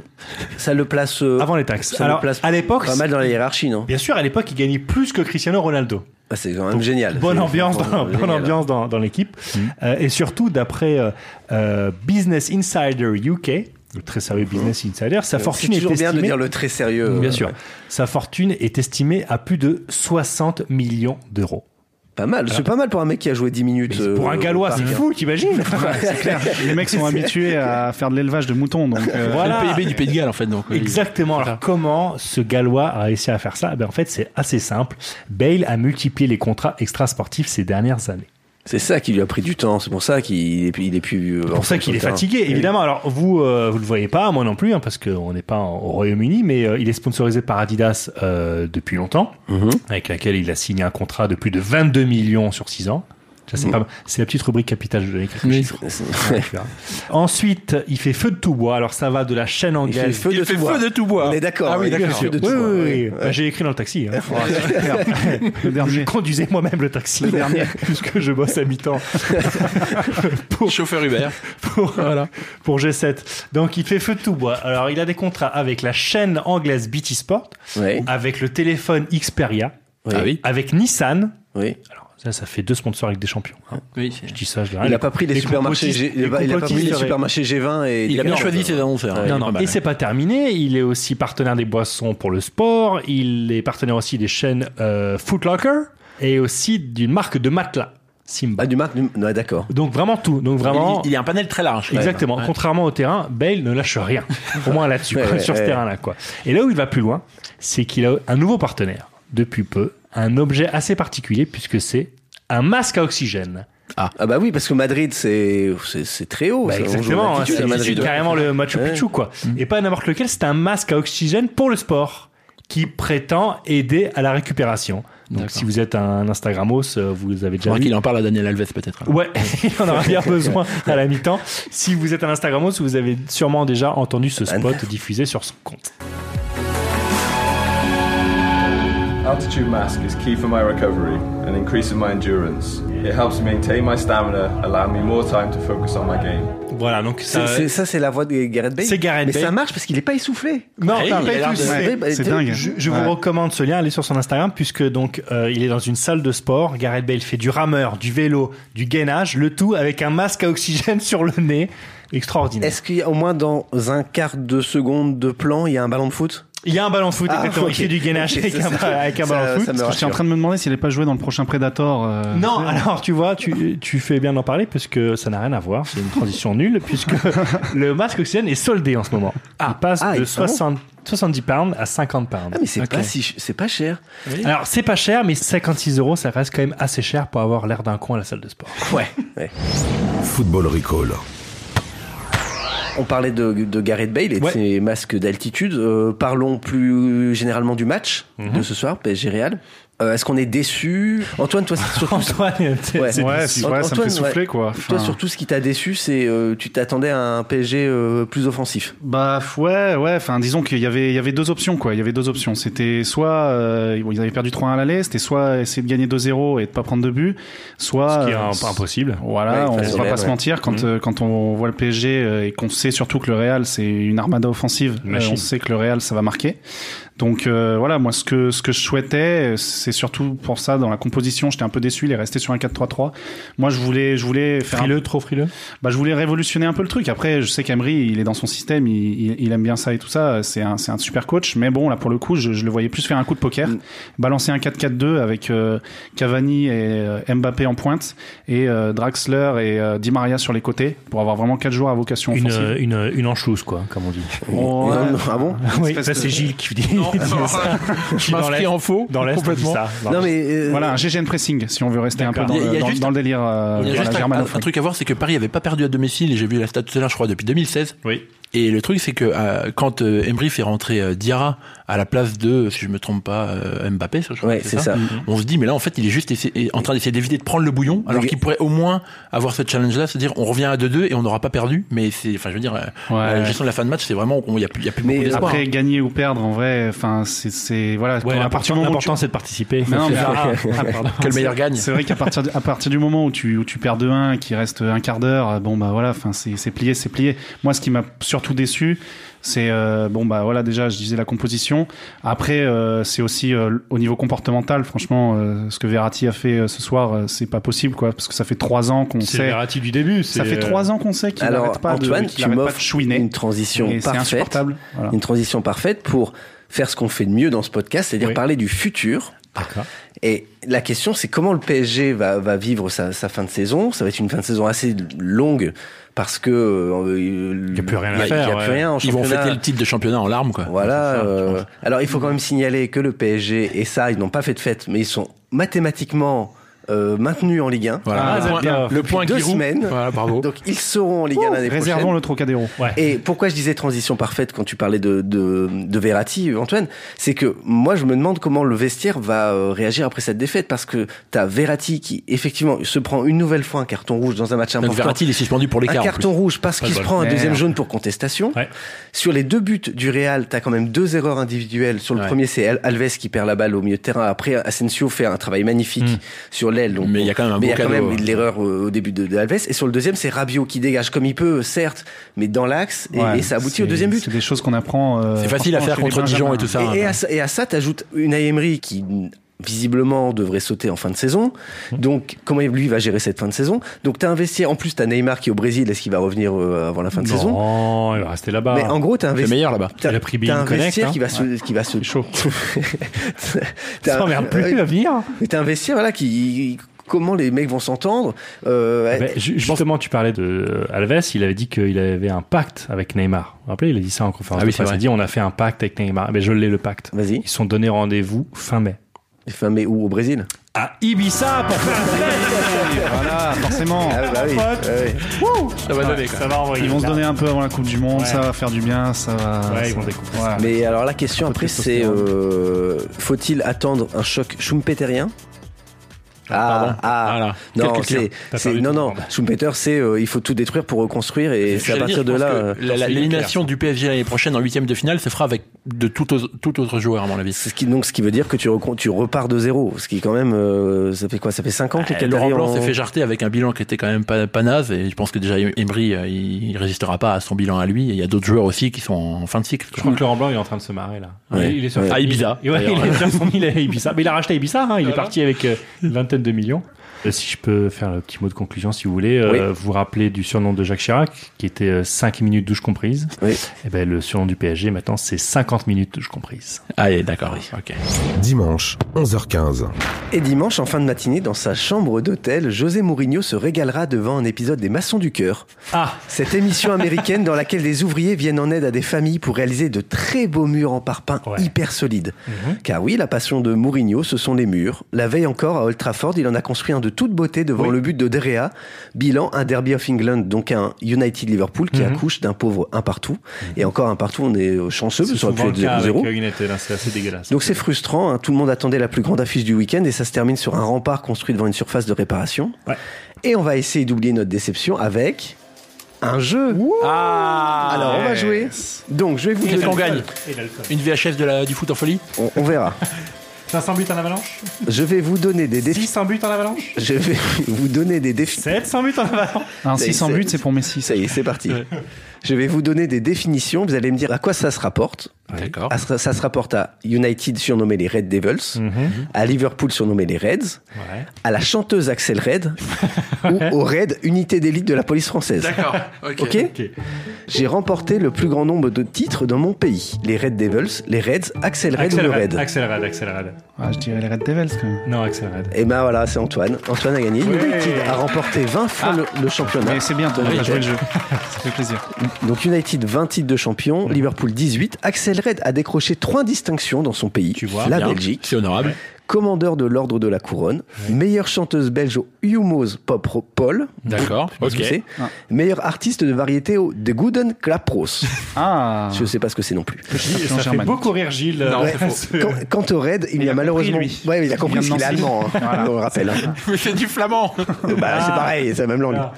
Speaker 1: ça le place euh,
Speaker 2: avant les taxes.
Speaker 1: ça le
Speaker 2: Alors
Speaker 1: place
Speaker 2: à l'époque,
Speaker 1: pas mal dans la hiérarchie, non
Speaker 2: bien sûr, à l'époque, il gagnait plus que Cristiano Ronaldo.
Speaker 1: Ah, C'est quand même génial.
Speaker 2: Bonne
Speaker 1: C'est- Mm.
Speaker 2: ambiance,
Speaker 1: c'est
Speaker 2: dans, bonne
Speaker 1: génial.
Speaker 2: ambiance dans, dans l'équipe. Euh, et surtout, d'après euh, euh, Business Insider UK, le très sérieux Business Insider, sa fortune
Speaker 1: Mm-hmm. Euh, C'est
Speaker 2: est,
Speaker 1: toujours bien de
Speaker 2: estimée.
Speaker 1: dire le très sérieux.
Speaker 2: Bien
Speaker 1: euh,
Speaker 2: sûr, sa fortune est estimée à plus de 60 millions d'euros.
Speaker 1: Pas mal. C'est pas mal pour un mec qui a joué 10 minutes.
Speaker 2: Mais c'est pour
Speaker 1: euh,
Speaker 2: un
Speaker 1: au
Speaker 2: Gallois,
Speaker 1: parc,
Speaker 2: c'est
Speaker 1: hein.
Speaker 2: fou,
Speaker 1: [LAUGHS]
Speaker 2: t'imagines
Speaker 9: Les mecs sont habitués à faire de l'élevage de moutons, donc euh,
Speaker 2: Voilà.
Speaker 3: C'est le PIB du Pays de Galles, en fait. Donc, oui.
Speaker 2: Exactement. Alors, comment ce Gallois a réussi à faire ça ben, En fait, c'est assez simple. Bale a multiplié les contrats extrasportifs ces dernières années.
Speaker 1: C'est ça qui lui a pris du temps. C'est pour ça qu'il est, il est plus.
Speaker 2: C'est pour ça qu'il est
Speaker 1: hein.
Speaker 2: fatigué, évidemment. Alors, vous euh, vous le voyez pas, moi non plus, hein, parce qu'on n'est pas en- au Royaume-Uni, mais euh, il est sponsorisé par Adidas euh, depuis longtemps,
Speaker 1: Mm-hmm.
Speaker 2: avec laquelle il a signé un contrat de plus de 22 millions sur 6 ans. Ça,
Speaker 1: Mmh.
Speaker 2: c'est pas- C'est la petite rubrique capitale, je vais donner quelques chiffres. Ouais, [LAUGHS] tu verras. Ensuite, il fait feu de tout bois. Alors, ça va de la chaîne
Speaker 1: [LAUGHS] Il fait
Speaker 2: anglaise
Speaker 1: feu de tout bois.
Speaker 3: tout bois.
Speaker 1: On est d'accord.
Speaker 3: Ah oui,
Speaker 1: il fait
Speaker 3: d'accord.
Speaker 1: feu de tout
Speaker 2: Oui,
Speaker 1: bois,
Speaker 2: oui,
Speaker 1: oui.
Speaker 2: oui. Bah, J'ai écrit dans le taxi. [LAUGHS] hein. [LAUGHS]
Speaker 9: le
Speaker 2: Je
Speaker 9: dernier.
Speaker 2: conduisais moi-même le taxi. Le dernier. [LAUGHS] Puisque je bosse à mi-temps
Speaker 3: Chauffeur Uber.
Speaker 2: pour, pour G7. Donc, il fait feu de tout bois. Alors, il a des contrats avec la chaîne anglaise BT Sport,
Speaker 1: Ouais.
Speaker 2: avec le téléphone Xperia,
Speaker 1: Oui.
Speaker 3: Ah oui.
Speaker 2: avec Nissan.
Speaker 1: Oui.
Speaker 2: Alors, ça, ça fait deux sponsors avec des champions. hein.
Speaker 3: Oui, c'est-
Speaker 2: Je dis ça, je dis rien.
Speaker 1: Il n'a pas pris les, supermarchés.
Speaker 2: complotistes-
Speaker 1: G, il a pas- il a pas pris les
Speaker 2: complotistes-
Speaker 1: supermarchés G20 et.
Speaker 3: Il a bien
Speaker 1: Decathlon.
Speaker 3: choisi ses annonceurs. hein. Il est
Speaker 2: Non, bah,
Speaker 3: pas
Speaker 2: non,
Speaker 3: mal,
Speaker 2: et
Speaker 3: hein.
Speaker 2: c'est pas terminé. Il est aussi partenaire des boissons pour le sport. Il est partenaire aussi des chaînes euh, Foot Locker et aussi d'une marque de matelas, Simba.
Speaker 1: Ah du marque. du- Non, d'accord.
Speaker 2: Donc vraiment tout. Donc vraiment.
Speaker 3: Il, il y a un panel très large.
Speaker 2: Exactement.
Speaker 3: Ouais.
Speaker 2: Contrairement au terrain, Bale ne lâche rien. Au moins là-dessus,
Speaker 1: Ouais, ouais,
Speaker 2: [LAUGHS] sur ce
Speaker 1: ouais.
Speaker 2: terrain-là, quoi. Et là où il va plus loin, c'est qu'il a un nouveau partenaire depuis peu, un objet assez particulier puisque c'est un masque à oxygène.
Speaker 3: Ah.
Speaker 1: Ah bah oui, parce que Madrid, c'est c'est- c'est très haut.
Speaker 2: Bah,
Speaker 1: ça. On joue en
Speaker 2: exactement, hein,
Speaker 1: altitude à
Speaker 2: c'est
Speaker 1: Madrid.
Speaker 2: c'est carrément le Machu
Speaker 1: Ouais.
Speaker 2: Picchu quoi. Et pas n'importe lequel, c'est un masque à oxygène pour le sport qui prétend aider à la récupération. Donc
Speaker 3: D'accord.
Speaker 2: si vous êtes un Instagramos, euh, vous avez
Speaker 3: Je
Speaker 2: déjà
Speaker 3: crois
Speaker 2: vu.
Speaker 3: qu'il en parle à Daniel Alves peut-être. [LAUGHS]
Speaker 2: Ouais, [LAUGHS] il en aura bien besoin à la mi-temps. Si vous êtes un Instagramos, vous avez sûrement déjà entendu ce
Speaker 1: Ah
Speaker 2: spot diffusé sur son compte.
Speaker 10: Altitude mask is key for my recovery and increasing my endurance. It helps maintain my stamina, allowing me more time to focus on my game.
Speaker 2: Voilà, donc
Speaker 1: C'est- c'est- ça, c'est la voix de Gareth Bale.
Speaker 2: C'est Gareth
Speaker 1: Mais
Speaker 2: Bale.
Speaker 1: ça marche parce qu'il est pas essoufflé. Ah,
Speaker 2: Non,
Speaker 3: Eh,
Speaker 2: t'as
Speaker 3: il
Speaker 2: pas
Speaker 3: a
Speaker 2: été
Speaker 3: l'air de-
Speaker 2: touché.
Speaker 1: Ouais, bah,
Speaker 9: C'est
Speaker 1: t'es-
Speaker 9: dingue.
Speaker 2: Je, je
Speaker 9: Ouais.
Speaker 2: vous recommande ce lien, allez sur son Instagram, puisque donc euh, il est dans une salle de sport. Gareth Bale fait du rameur, du vélo, du gainage, le tout avec un masque à oxygène [LAUGHS] sur le nez. Extraordinaire.
Speaker 1: Est-ce qu'il y a au moins dans un quart de seconde de plan, il y a un ballon de foot
Speaker 2: Il y a un ballon de foot,
Speaker 1: Ah,
Speaker 2: exactement.
Speaker 1: ok.
Speaker 2: Il fait du gainage
Speaker 1: Ok,
Speaker 2: avec,
Speaker 1: ça,
Speaker 2: un,
Speaker 1: ça-
Speaker 2: avec un
Speaker 1: ça-
Speaker 2: ballon de foot.
Speaker 1: ça me
Speaker 9: Je suis en train de me demander s'il n'est pas joué dans le prochain Predator. euh,
Speaker 2: Non, alors tu vois, tu, tu fais bien d'en parler parce que ça n'a rien à voir, c'est une transition nulle puisque le masque oxygène est soldé en ce moment. il passe
Speaker 1: ah,
Speaker 2: de
Speaker 1: il s'en va.
Speaker 2: 60 70 pounds à 50 pounds.
Speaker 1: Ah mais c'est
Speaker 2: Ok.
Speaker 1: pas si ch- c'est pas cher.
Speaker 2: Alors c'est pas cher, mais 56 euros, ça reste quand même assez cher pour avoir l'air d'un con à la salle de sport. [LAUGHS]
Speaker 1: Ouais.
Speaker 8: Football Recall.
Speaker 1: On parlait de, de Gareth Bale et de
Speaker 2: Ouais.
Speaker 1: ses masques d'altitude. Euh, parlons plus généralement du match
Speaker 9: Mhm.
Speaker 1: de ce soir PSG Real. Euh, Est-ce qu'on est déçu Antoine, toi, c'est
Speaker 9: [LAUGHS]
Speaker 1: surtout
Speaker 2: Antoine, t'es-
Speaker 1: Ouais.
Speaker 2: c'est-
Speaker 9: Ouais, c'est- ouais, ça me
Speaker 1: Antoine,
Speaker 9: fait souffler
Speaker 1: ouais.
Speaker 9: quoi.
Speaker 1: Toi,
Speaker 9: Enfin,
Speaker 1: surtout, ce qui t'a déçu, c'est euh, tu t'attendais à un PSG euh, plus offensif.
Speaker 9: Bah ouais, ouais. Enfin, disons qu'il y avait, il y avait deux options quoi. Il y avait deux options. C'était soit euh, bon, ils avaient perdu 3-1 à l'aller, c'était soit essayer de gagner 2-0 et de pas prendre de but, soit
Speaker 2: Ce qui est un-
Speaker 9: euh,
Speaker 2: pas impossible.
Speaker 9: Voilà,
Speaker 1: Ouais,
Speaker 9: on
Speaker 1: face au
Speaker 9: va
Speaker 1: Real,
Speaker 9: pas se
Speaker 1: ouais. Mhm.
Speaker 9: mentir quand euh, quand on voit le PSG euh, et qu'on sait surtout que le Real c'est une armada offensive, euh,
Speaker 2: Une machine.
Speaker 9: on sait que le Real ça va marquer. Donc euh, voilà, moi ce que ce que je souhaitais, euh, c'est surtout pour ça dans la composition, j'étais un peu déçu, il est resté sur un 4-3-3. Moi je voulais je voulais faire un
Speaker 2: Frileux, trop frileux.
Speaker 9: bah, je voulais révolutionner un peu le truc. Après, je sais qu'Emery, il est dans son système, il, il, il aime bien ça et tout ça. C'est un, c'est un super coach. Mais bon, là, pour le coup, je, je le voyais plus faire un coup de poker,
Speaker 3: Mm.
Speaker 9: balancer un 4-4-2 avec euh, Cavani et euh, Mbappé en pointe et euh, Draxler et euh, Di Maria sur les côtés pour avoir vraiment quatre joueurs à vocation
Speaker 2: Une,
Speaker 9: offensive.
Speaker 2: euh, une, une enchouse, quoi, comme on dit.
Speaker 9: Oh, ouais.
Speaker 1: Non, non, ah bon
Speaker 2: Oui,
Speaker 9: espèce
Speaker 2: ça,
Speaker 9: de-
Speaker 2: c'est Gilles qui dit.
Speaker 3: [LAUGHS]
Speaker 2: dit ça.
Speaker 3: je m'inscris en faux.
Speaker 2: Dans l'Est, on dit
Speaker 3: complètement.
Speaker 2: ça. Dans
Speaker 1: Non
Speaker 2: l'Est.
Speaker 1: mais euh,
Speaker 9: bah, Voilà, un GGN pressing, si on veut rester un peu dans,
Speaker 3: D'accord. Il y a- il
Speaker 9: le,
Speaker 3: y a
Speaker 9: dans,
Speaker 3: juste-
Speaker 9: dans le délire euh,
Speaker 3: Il y a
Speaker 9: voilà,
Speaker 3: juste un, un-
Speaker 9: germanophone.
Speaker 3: un truc à voir, c'est que Paris avait pas perdu à domicile, et j'ai vu la stat tout à l'heure, je crois, depuis 2016.
Speaker 2: Oui.
Speaker 3: Et le truc, c'est que euh, quand euh, Emery fait rentrer euh, Diarra à la place de, si je me trompe pas, euh, Mbappé, ça, je crois
Speaker 1: Ouais,
Speaker 3: que
Speaker 1: c'est ça.
Speaker 3: on se dit, mais là, en fait, il est juste essa- en train d'essayer d'éviter de prendre le bouillon, alors
Speaker 1: Mais-
Speaker 3: qu'il pourrait au moins avoir ce challenge-là, c'est-à-dire on revient à 2-2 et on n'aura pas perdu, mais c'est, enfin, je veux dire, euh,
Speaker 9: Ouais.
Speaker 3: la gestion de la fin de match, c'est vraiment qu'on- il n'y a plus, il y a plus
Speaker 1: Mais
Speaker 3: beaucoup d'espoir.
Speaker 1: [LAUGHS]
Speaker 3: hein.
Speaker 9: Après, gagner ou perdre, en vrai, enfin, c'est- c'est. Voilà,
Speaker 2: Ouais,
Speaker 9: à partir du moment où tu-
Speaker 2: l'important, c'est de participer.
Speaker 9: Mais non, mais-
Speaker 2: Ah, pardon.
Speaker 3: Que le meilleur gagne.
Speaker 9: C'est vrai qu'à partir, de- à partir du moment où tu, où tu perds 2-1, qu'il reste un quart d'heure, euh, bon bah voilà, enfin c'est c'est plié, c'est plié. Moi, ce qui m'a surtout déçu, c'est euh, bon bah voilà, déjà je disais la composition. Après, euh, c'est aussi euh, au niveau comportemental, franchement, euh, ce que Verratti a fait euh, ce soir, euh, c'est pas possible quoi, parce que ça fait trois ans qu'on
Speaker 2: C'est le
Speaker 9: sait.
Speaker 2: Verratti du début. euh,
Speaker 9: Ça fait trois ans qu'on sait qu'il
Speaker 1: [LAUGHS] alors
Speaker 9: n'arrête pas
Speaker 1: Antoine,
Speaker 9: de, qu'il
Speaker 1: tu
Speaker 9: arrête pas de
Speaker 1: m'offres
Speaker 9: chouiner.
Speaker 1: une transition
Speaker 9: Et c'est
Speaker 1: parfaite,
Speaker 9: insupportable. Voilà.
Speaker 1: une transition parfaite pour faire ce qu'on fait de mieux dans ce podcast, c'est-à-dire
Speaker 2: Oui.
Speaker 1: parler du futur.
Speaker 2: D'accord.
Speaker 1: Et la question, c'est comment le PSG va, va vivre sa, sa fin de saison. Ça va être une fin de saison assez longue parce que il
Speaker 2: y a plus rien à
Speaker 1: Il y a
Speaker 2: faire,
Speaker 1: plus
Speaker 2: ouais.
Speaker 1: rien en
Speaker 3: Ils vont
Speaker 1: championnat.
Speaker 3: fêter le titre de championnat en larmes, quoi.
Speaker 1: Voilà.
Speaker 3: C'est ça, je
Speaker 1: euh,
Speaker 3: pense.
Speaker 1: alors il faut quand même signaler que le PSG et ça, ils n'ont pas fait de fête, mais ils sont mathématiquement euh, maintenus en Ligue 1.
Speaker 3: Voilà.
Speaker 2: Ah,
Speaker 3: le
Speaker 2: c'est
Speaker 3: point,
Speaker 2: bien.
Speaker 3: le point
Speaker 1: Deux
Speaker 3: Giroud.
Speaker 1: semaines.
Speaker 3: Voilà, bravo.
Speaker 1: Donc ils seront en Ligue 1 l'année prochaine.
Speaker 9: Réservons le Trocadéro.
Speaker 2: Ouais.
Speaker 1: Et pourquoi je disais transition parfaite quand tu parlais de, de, de Verratti, Antoine, c'est que moi je me demande comment le vestiaire va euh, réagir après cette défaite parce que t'as Verratti qui effectivement se prend une nouvelle fois un carton rouge dans un match
Speaker 3: Donc
Speaker 1: important.
Speaker 3: Verratti, il est suspendu
Speaker 1: un
Speaker 3: pour l'écart. en plus.
Speaker 1: carton rouge parce
Speaker 2: Pas
Speaker 1: qu'il
Speaker 2: de
Speaker 1: se
Speaker 2: bol.
Speaker 1: prend un deuxième
Speaker 9: Merde.
Speaker 1: jaune pour contestation.
Speaker 2: Ouais.
Speaker 1: Sur les deux buts du Real, t'as quand même deux erreurs individuelles. Sur le
Speaker 3: Ouais.
Speaker 1: premier, c'est Al- Alves qui perd la balle au milieu de terrain. Après, Asensio fait un travail magnifique sur l'aile. donc
Speaker 3: Hmm. Mais il y a quand même un
Speaker 1: mais il y
Speaker 3: beau
Speaker 1: a quand
Speaker 3: cadeau. hein.
Speaker 1: même de l'erreur euh, au début de, de Alves. Et sur le deuxième, c'est Rabiot qui dégage comme il peut, certes, mais dans l'axe. Et,
Speaker 9: Ouais,
Speaker 1: et ça aboutit
Speaker 9: c'est-
Speaker 1: au deuxième but.
Speaker 9: C'est des choses qu'on apprend. euh,
Speaker 3: C'est facile à
Speaker 9: franchement,
Speaker 3: faire
Speaker 9: chez les
Speaker 3: contre Dijon
Speaker 9: Benjamins.
Speaker 3: et tout ça. hein.
Speaker 1: Et, et à, ça- et à ça, t'ajoutes une Emery qui visiblement devrait sauter en fin de saison.
Speaker 3: Hmm.
Speaker 1: Donc, comment lui va gérer cette fin de saison Donc, t'as investi. En plus, t'as Neymar qui est au Brésil. Est-ce qu'il va revenir euh, avant la fin de saison
Speaker 2: Non, il va rester là-bas.
Speaker 1: Mais en gros, t'as
Speaker 3: C'est
Speaker 1: investi.
Speaker 3: meilleur là-bas.
Speaker 1: T'as
Speaker 2: Il a pris
Speaker 1: t'as un
Speaker 2: Bean Connect,
Speaker 1: vestiaire
Speaker 2: hein.
Speaker 1: qui va se, qui va se [LAUGHS] chaud.
Speaker 2: Ça m'emmerde plus, il va venir.
Speaker 1: T'as un vestiaire voilà qui comment les mecs vont s'entendre. Euh,
Speaker 2: Ben, ju- justement, tu parlais de euh, Alves, il avait dit qu'il avait un pacte avec Neymar. Vous vous rappelez, il a dit ça en conférence.
Speaker 3: Ah oui,
Speaker 2: de presse.
Speaker 3: c'est
Speaker 2: Il a
Speaker 3: vrai.
Speaker 2: dit on a fait un pacte avec Neymar. Mais je l'ai le pacte.
Speaker 1: Vas-y.
Speaker 2: Ils se sont donné rendez-vous fin mai.
Speaker 1: Enfin, mais où au Brésil
Speaker 2: À à Ibiza pour faire un
Speaker 9: Et voilà, forcément.
Speaker 2: Ah bah oui, ah oui.
Speaker 3: Ça va donner, quoi.
Speaker 2: Ça va envoyer.
Speaker 9: Ils vont se
Speaker 2: Là.
Speaker 9: donner un peu avant la Coupe du Monde, ça va faire du bien, ça va.
Speaker 2: Ouais, ils
Speaker 9: ça-
Speaker 2: vont découvrir.
Speaker 9: voilà.
Speaker 1: Mais alors la question après c'est euh, faut-il attendre un choc Schumpeterien ah, ah,
Speaker 3: Quelle
Speaker 1: non,
Speaker 3: culture.
Speaker 1: c'est,
Speaker 2: T'as
Speaker 1: c'est-
Speaker 2: perdu
Speaker 1: non,
Speaker 2: ton
Speaker 1: non,
Speaker 2: monde.
Speaker 1: Schumpeter, c'est euh, il faut tout détruire pour reconstruire et c'est à
Speaker 3: J'allais
Speaker 1: partir
Speaker 3: dire,
Speaker 1: de
Speaker 3: je
Speaker 1: là.
Speaker 3: pense
Speaker 1: euh,
Speaker 3: que la- la- L'élimination du PSG l'année prochaine en huitième de finale se fera avec de tout, au- tout autre joueur, à mon avis.
Speaker 1: c'est ce qui, donc, ce qui veut dire que tu, recon- tu repars de zéro, ce qui quand même, euh, ça fait quoi Ça fait 5 ans que les
Speaker 3: Euh, Laurent
Speaker 1: Qataris
Speaker 3: Blanc
Speaker 1: ont-
Speaker 3: s'est fait jarter avec un bilan qui était quand même pas, pas naze et je pense que déjà Emery euh, il, il résistera pas à son bilan à lui et il y a d'autres joueurs aussi qui sont en fin de cycle.
Speaker 2: Je crois que Laurent Blanc il est en train de se marrer là.
Speaker 1: Ouais.
Speaker 2: Il est sur
Speaker 1: Ouais.
Speaker 3: À Ibiza,
Speaker 2: Et ouais,
Speaker 3: d'ailleurs.
Speaker 2: il est sur son île à Ibiza. Mais il a racheté Ibiza, hein. il est parti avec euh, une vingtaine de millions. Euh, Si je peux faire le petit mot de conclusion, si vous voulez, euh, vous vous rappelez du surnom de Jacques Chirac, qui était euh, 5 minutes douche comprise.
Speaker 1: Oui.
Speaker 2: Et ben, le surnom du PSG, maintenant, c'est 50 minutes douche comprise.
Speaker 3: Allez, d'accord, oui. ok.
Speaker 8: Dimanche, 11h15.
Speaker 1: Et dimanche, en fin de matinée, dans sa chambre d'hôtel, José Mourinho se régalera devant un épisode des Maçons du Cœur.
Speaker 2: Ah
Speaker 1: Cette émission américaine dans laquelle des ouvriers viennent en aide à des familles pour réaliser de très beaux murs en parpaing
Speaker 2: Ouais. Mhm.
Speaker 1: hyper solides. Car oui, la passion de Mourinho, ce sont les murs. La veille encore, à Old Trafford, il en a construit un de toute beauté devant le but de Derea. Bilan, un Derby of England, donc un United Liverpool
Speaker 2: Mhm.
Speaker 1: qui accouche d'un pauvre un partout. Et encore un partout, on est euh, chanceux, ça aurait pu être 0-0.
Speaker 2: euh, c'est assez dégueulasse.
Speaker 1: Donc c'est frustrant, hein. tout le monde attendait la plus grande affiche du week-end et ça se termine sur un rempart construit devant une surface de réparation.
Speaker 2: Ouais.
Speaker 1: Et on va essayer d'oublier notre déception avec un jeu.
Speaker 3: Ah,
Speaker 2: Ah.
Speaker 1: Alors on va jouer. Donc je vais vous
Speaker 3: Qu'est-ce
Speaker 1: donner-
Speaker 3: qu'on gagne Une VHS de la, du foot en folie
Speaker 1: On, on verra.
Speaker 2: 500 buts en avalanche
Speaker 1: Je vais vous donner des défis.
Speaker 2: 600 buts en avalanche
Speaker 1: Je vais [LAUGHS] vous donner des défis.
Speaker 2: 700 buts en avalanche
Speaker 9: Un
Speaker 1: C'est-
Speaker 9: 600
Speaker 1: c'est-
Speaker 9: buts, c'est pour Messi.
Speaker 1: Ça y est, c'est parti. Je vais vous donner des définitions. Vous allez me dire à quoi ça se rapporte.
Speaker 3: D'accord.
Speaker 1: À- Ça se rapporte à United surnommé les Red Devils,
Speaker 3: Mhm.
Speaker 1: à Liverpool surnommé les Reds,
Speaker 2: Ouais.
Speaker 1: à la chanteuse Axel Red ou au Red, unité d'élite de la police française.
Speaker 3: D'accord, ok.
Speaker 1: Ok
Speaker 2: Ok.
Speaker 1: J'ai remporté le plus grand nombre de titres dans mon pays. Les Red Devils, les Reds, Axel Red ou le
Speaker 2: Accélérade,
Speaker 1: Red.
Speaker 2: accélérade, accélérade.
Speaker 9: Ah, je dirais les Red Devils quand même.
Speaker 2: Non, accélérade.
Speaker 1: Et ben voilà, c'est Antoine. Antoine a gagné. United a remporté 20 fois le, le championnat.
Speaker 9: Mais c'est bien,
Speaker 1: Oui,
Speaker 9: on a joué
Speaker 1: ok.
Speaker 9: le jeu. [LAUGHS] Ça fait plaisir.
Speaker 1: Donc United 20 titres de champion, Liverpool 18. Axel Red a décroché 3 distinctions dans son pays.
Speaker 2: Tu vois,
Speaker 1: la
Speaker 3: Bien,
Speaker 1: Belgique,
Speaker 3: C'est honorable.
Speaker 1: commandeur de l'ordre de la couronne, meilleure chanteuse belge au Humo's Pop Ro- Paul.
Speaker 3: D'accord,
Speaker 1: Je sais
Speaker 3: ok.
Speaker 1: pas ce que c'est.
Speaker 9: Ah.
Speaker 1: Meilleur artiste de variété au The Gooden Klapros.
Speaker 9: Ah
Speaker 1: Je sais pas ce que c'est non plus.
Speaker 9: Christian
Speaker 2: Ça fait
Speaker 9: Sherman.
Speaker 2: beaucoup rire Gilles. euh,
Speaker 1: Ouais.
Speaker 2: [LAUGHS]
Speaker 1: Quand- Quant, au raid, il,
Speaker 9: Il
Speaker 1: y a,
Speaker 9: a compris,
Speaker 1: malheureusement.
Speaker 9: lui.
Speaker 1: ouais, mais il a
Speaker 9: Il
Speaker 1: compris
Speaker 9: vient de Ah.
Speaker 1: qu'il est
Speaker 9: Nancy.
Speaker 1: allemand, hein. on le rappelle. hein.
Speaker 3: [LAUGHS] Mais c'est
Speaker 1: [LAUGHS]
Speaker 3: du flamand
Speaker 1: Bah, C'est pareil, c'est la même langue.
Speaker 2: Ah.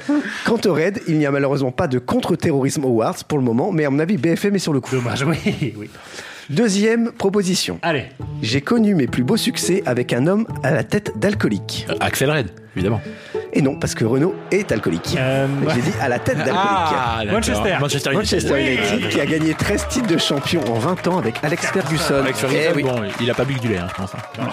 Speaker 1: Quant au raid, il n'y a malheureusement pas de contre-terrorisme awards pour le moment, mais à mon avis, BFM est sur le coup.
Speaker 2: Dommage, oui, oui.
Speaker 1: Deuxième proposition.
Speaker 2: Allez,
Speaker 1: J'ai connu mes plus beaux succès avec un homme à la tête d'alcoolique.
Speaker 3: Euh, Axel Red, évidemment.
Speaker 1: Et non, parce que Renault est alcoolique.
Speaker 2: Euh,
Speaker 1: J'ai dit à la tête d'alcoolique.
Speaker 3: Ah, d'accord.
Speaker 2: Manchester.
Speaker 3: Manchester United.
Speaker 1: Manchester
Speaker 3: Oui.
Speaker 1: United qui a gagné 13 titres de champion en 20 ans avec Alex Ferguson.
Speaker 3: Avec
Speaker 1: Eh
Speaker 3: Ferguson,
Speaker 1: oui.
Speaker 3: bon, il a pas bu que du lait, hein, je pense. hein.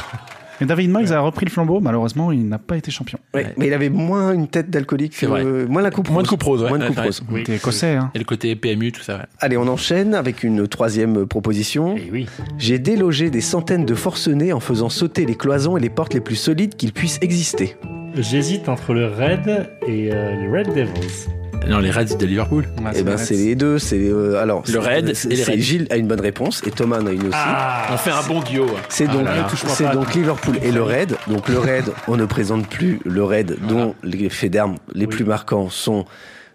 Speaker 9: Et David Moyes a repris le flambeau, malheureusement, il n'a pas été champion.
Speaker 1: Ouais, Mais il avait moins une tête d'alcoolique
Speaker 3: C'est
Speaker 1: que-
Speaker 3: vrai.
Speaker 1: Moins la coupe
Speaker 3: Moins de
Speaker 1: rose.
Speaker 3: coupe rose, ouais.
Speaker 1: Moins de
Speaker 3: Ouais,
Speaker 1: coupe
Speaker 3: c'est vrai.
Speaker 1: rose.
Speaker 9: Il
Speaker 2: Oui.
Speaker 9: était écossais, hein.
Speaker 3: Et le côté PMU, tout ça, ouais.
Speaker 1: Allez, on enchaîne avec une troisième proposition.
Speaker 2: Eh oui.
Speaker 1: J'ai délogé des centaines de forcenés en faisant sauter les cloisons et les portes les plus solides qu'il puisse exister.
Speaker 3: Ah,
Speaker 2: J'hésite entre le Red et euh, les Red Devils.
Speaker 3: Non, les Reds de Liverpool.
Speaker 9: Ouais,
Speaker 1: eh ben,
Speaker 9: vrai.
Speaker 1: c'est les deux. C'est euh, alors
Speaker 3: Le raid
Speaker 1: c'est-
Speaker 3: et les
Speaker 1: c'est-
Speaker 3: raids.
Speaker 1: Gilles a une bonne réponse et Thomas en a une aussi.
Speaker 2: Ah.
Speaker 3: On fait un bon duo. ouais.
Speaker 1: C'est
Speaker 3: Ah
Speaker 1: donc,
Speaker 3: là là.
Speaker 1: c'est
Speaker 2: pas.
Speaker 1: donc Liverpool et le Raid. Donc le Raid, on ne présente plus le Raid
Speaker 3: Ah
Speaker 1: dont les faits d'armes les plus marquants sont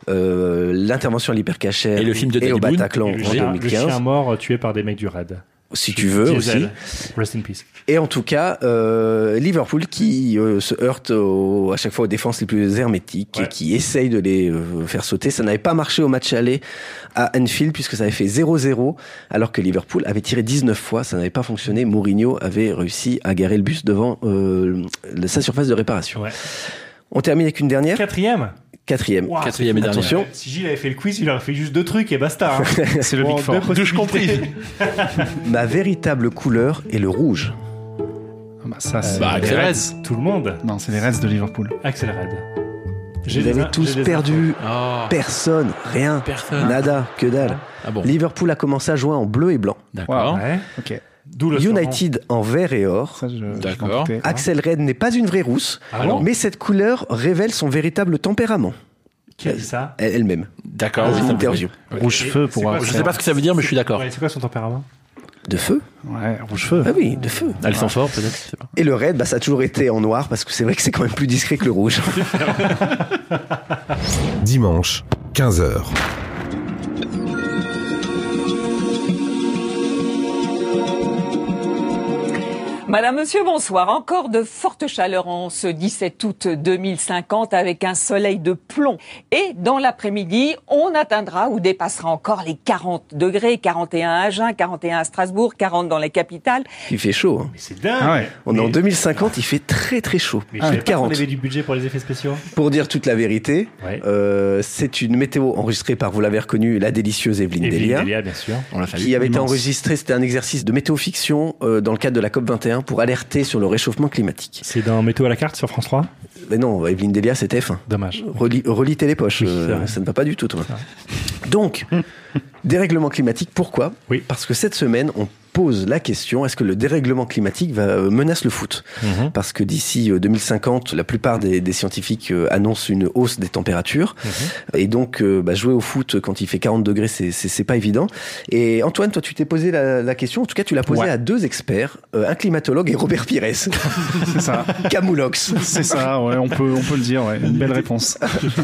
Speaker 1: euh, l'intervention à l'hypercachère
Speaker 3: Et le film de Danny
Speaker 1: au
Speaker 3: Boone.
Speaker 1: Bataclan
Speaker 2: Et le,
Speaker 1: en
Speaker 2: chien, le
Speaker 1: 2015,
Speaker 2: chien mort euh, tué par des mecs du Red.
Speaker 1: si tu veux aussi.
Speaker 2: Diesel. Rest in peace.
Speaker 1: Et en tout cas, euh, Liverpool qui euh, se heurte au- à chaque fois aux défenses les plus hermétiques et
Speaker 2: Ouais.
Speaker 1: qui essaye de les euh, faire sauter. Ça n'avait pas marché au match aller à Anfield puisque ça avait fait 0-0 alors que Liverpool avait tiré 19 fois. Ça n'avait pas fonctionné. Mourinho avait réussi à garer le bus devant euh, le- sa surface de réparation.
Speaker 2: Ouais.
Speaker 1: On termine avec une dernière.
Speaker 2: Quatrième.
Speaker 1: Quatrième.
Speaker 2: Wow,
Speaker 3: Quatrième et dernier.
Speaker 1: Attention.
Speaker 2: c'est- Si Gilles avait fait le quiz, il aurait fait juste deux trucs et
Speaker 1: [LAUGHS]
Speaker 2: basta. hein.
Speaker 9: C'est le
Speaker 2: Bon,
Speaker 9: Big
Speaker 2: deux
Speaker 9: Four.
Speaker 2: possibilités.
Speaker 1: Ma véritable couleur est le rouge.
Speaker 9: Ah bah, ça, c'est-
Speaker 3: Bah, Axel
Speaker 2: [LAUGHS]
Speaker 3: Red.
Speaker 2: Tout le monde.
Speaker 9: Non, c'est les Reds de Liverpool.
Speaker 2: Axel Red. J'ai
Speaker 1: Vous
Speaker 2: des
Speaker 1: avez
Speaker 2: in-
Speaker 1: tous
Speaker 2: j'ai des infos.
Speaker 1: perdu.
Speaker 3: Oh,
Speaker 1: Personne. Rien.
Speaker 3: personne.
Speaker 1: Nada. Que dalle.
Speaker 3: Ah bon,
Speaker 1: Liverpool a commencé à jouer en bleu et blanc.
Speaker 3: d'accord.
Speaker 2: Ouais.
Speaker 9: Ok,
Speaker 2: D'où le
Speaker 1: Hein United en vert et or.
Speaker 9: ça, je- je. m'en
Speaker 3: D'accord.
Speaker 9: doutais.
Speaker 1: Axel Red n'est pas une vraie rousse,
Speaker 2: Ah non
Speaker 1: mais cette couleur révèle son véritable tempérament,
Speaker 2: surnom. Qui a dit ça
Speaker 1: elle- elle-même,
Speaker 3: D'accord.
Speaker 1: dans
Speaker 3: oui, ça
Speaker 1: une
Speaker 3: me
Speaker 1: interview.
Speaker 3: plaît.
Speaker 9: Rouge feu
Speaker 2: C'est
Speaker 9: pour
Speaker 2: quoi,
Speaker 9: Axel.
Speaker 3: Je sais pas ce que ça veut dire, mais je suis d'accord.
Speaker 2: Ouais, c'est quoi son tempérament
Speaker 1: De feu
Speaker 9: Ouais, rouge feu.
Speaker 1: Ah oui, de feu.
Speaker 11: Ah, le sang fort, peut-être, je sais pas.
Speaker 1: Et le raid, bah, ça a toujours été en noir parce que c'est vrai que c'est quand même plus discret que le
Speaker 2: [LAUGHS]
Speaker 1: rouge.
Speaker 8: Dimanche, 15h.
Speaker 12: Madame, Monsieur, bonsoir. Encore de fortes chaleurs en ce 17 août 2050 avec un soleil de plomb. Et dans l'après-midi, on atteindra ou dépassera encore les 40 degrés, 41 à Agen, 41 à Strasbourg, 40 dans les capitales.
Speaker 1: Il fait chaud. hein.
Speaker 2: C'est dingue.
Speaker 1: Ah ouais. On est en 2050, il fait très très
Speaker 9: Ah,
Speaker 1: chaud.
Speaker 2: Mais
Speaker 1: Plus
Speaker 2: je savais
Speaker 1: de
Speaker 2: pas qu'on
Speaker 1: 40.
Speaker 2: avait du budget pour les effets spéciaux.
Speaker 1: Pour dire toute la vérité, euh, c'est une météo enregistrée par, vous l'avez reconnu, la délicieuse Evelyne,
Speaker 2: Evelyne
Speaker 1: Delia.
Speaker 2: Delia, bien sûr. On l'a fait.
Speaker 1: Qui avait été
Speaker 2: Immense.
Speaker 1: enregistrée, c'était un exercice de météo-fiction euh, dans le cadre de la COP21 pour alerter sur le réchauffement climatique.
Speaker 2: C'est dans Météo à la carte sur France 3
Speaker 1: Mais non, Evelyne Delia, c'était F1.
Speaker 2: Dommage.
Speaker 1: Relis, relis tes les poches, euh,
Speaker 2: c'est vrai.
Speaker 1: ça ne va pas du tout, toi. Donc, dérèglement climatique, pourquoi Oui. Parce que cette semaine, on pose la question est-ce que le dérèglement climatique va, euh, menace le foot
Speaker 4: Mhm.
Speaker 1: Parce que d'ici euh, 2050, la plupart des, des scientifiques euh, annoncent une hausse des températures. Et donc, euh, bah, jouer au foot quand il fait 40 degrés, c'est- c'est c'est pas évident. Et Antoine, toi, tu t'es posé la, la question, en tout cas, tu l'as posée
Speaker 9: Ouais.
Speaker 1: à deux experts, euh, un climatologue et Robert Pires. c'est
Speaker 9: ça.
Speaker 1: Camoulox.
Speaker 9: C'est ça, ouais, on peut, on peut le dire, ouais. Une belle réponse.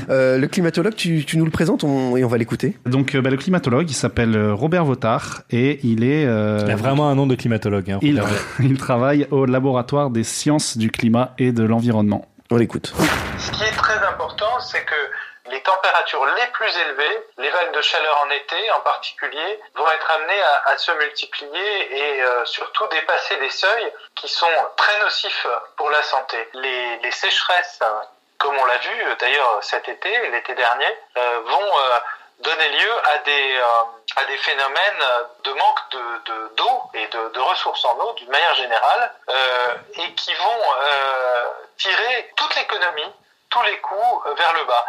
Speaker 1: Euh, le climatologue, tu, tu nous le présentes on- et on va l'écouter.
Speaker 9: Donc, euh, bah, le climatologue, il s'appelle euh, Robert Votard et il est. euh,
Speaker 2: Il a vraiment un nom de climatologue. hein,
Speaker 9: il,
Speaker 2: Robert.
Speaker 9: il travaille au laboratoire des sciences du climat et de l'environnement.
Speaker 1: On l'écoute.
Speaker 13: Ce qui est très important, c'est que les températures les plus élevées, les vagues de chaleur en été en particulier, vont être amenées à, à se multiplier et euh, surtout dépasser des seuils qui sont très nocifs pour la santé. Les, les sécheresses, euh, comme on l'a vu euh, d'ailleurs cet été, l'été dernier, euh, vont euh, donner lieu à des, euh, à des phénomènes euh, de manque de- de- d'eau et de, de ressources en eau d'une manière générale, euh, et qui vont euh, tirer toute l'économie, tous les coûts euh, vers le bas.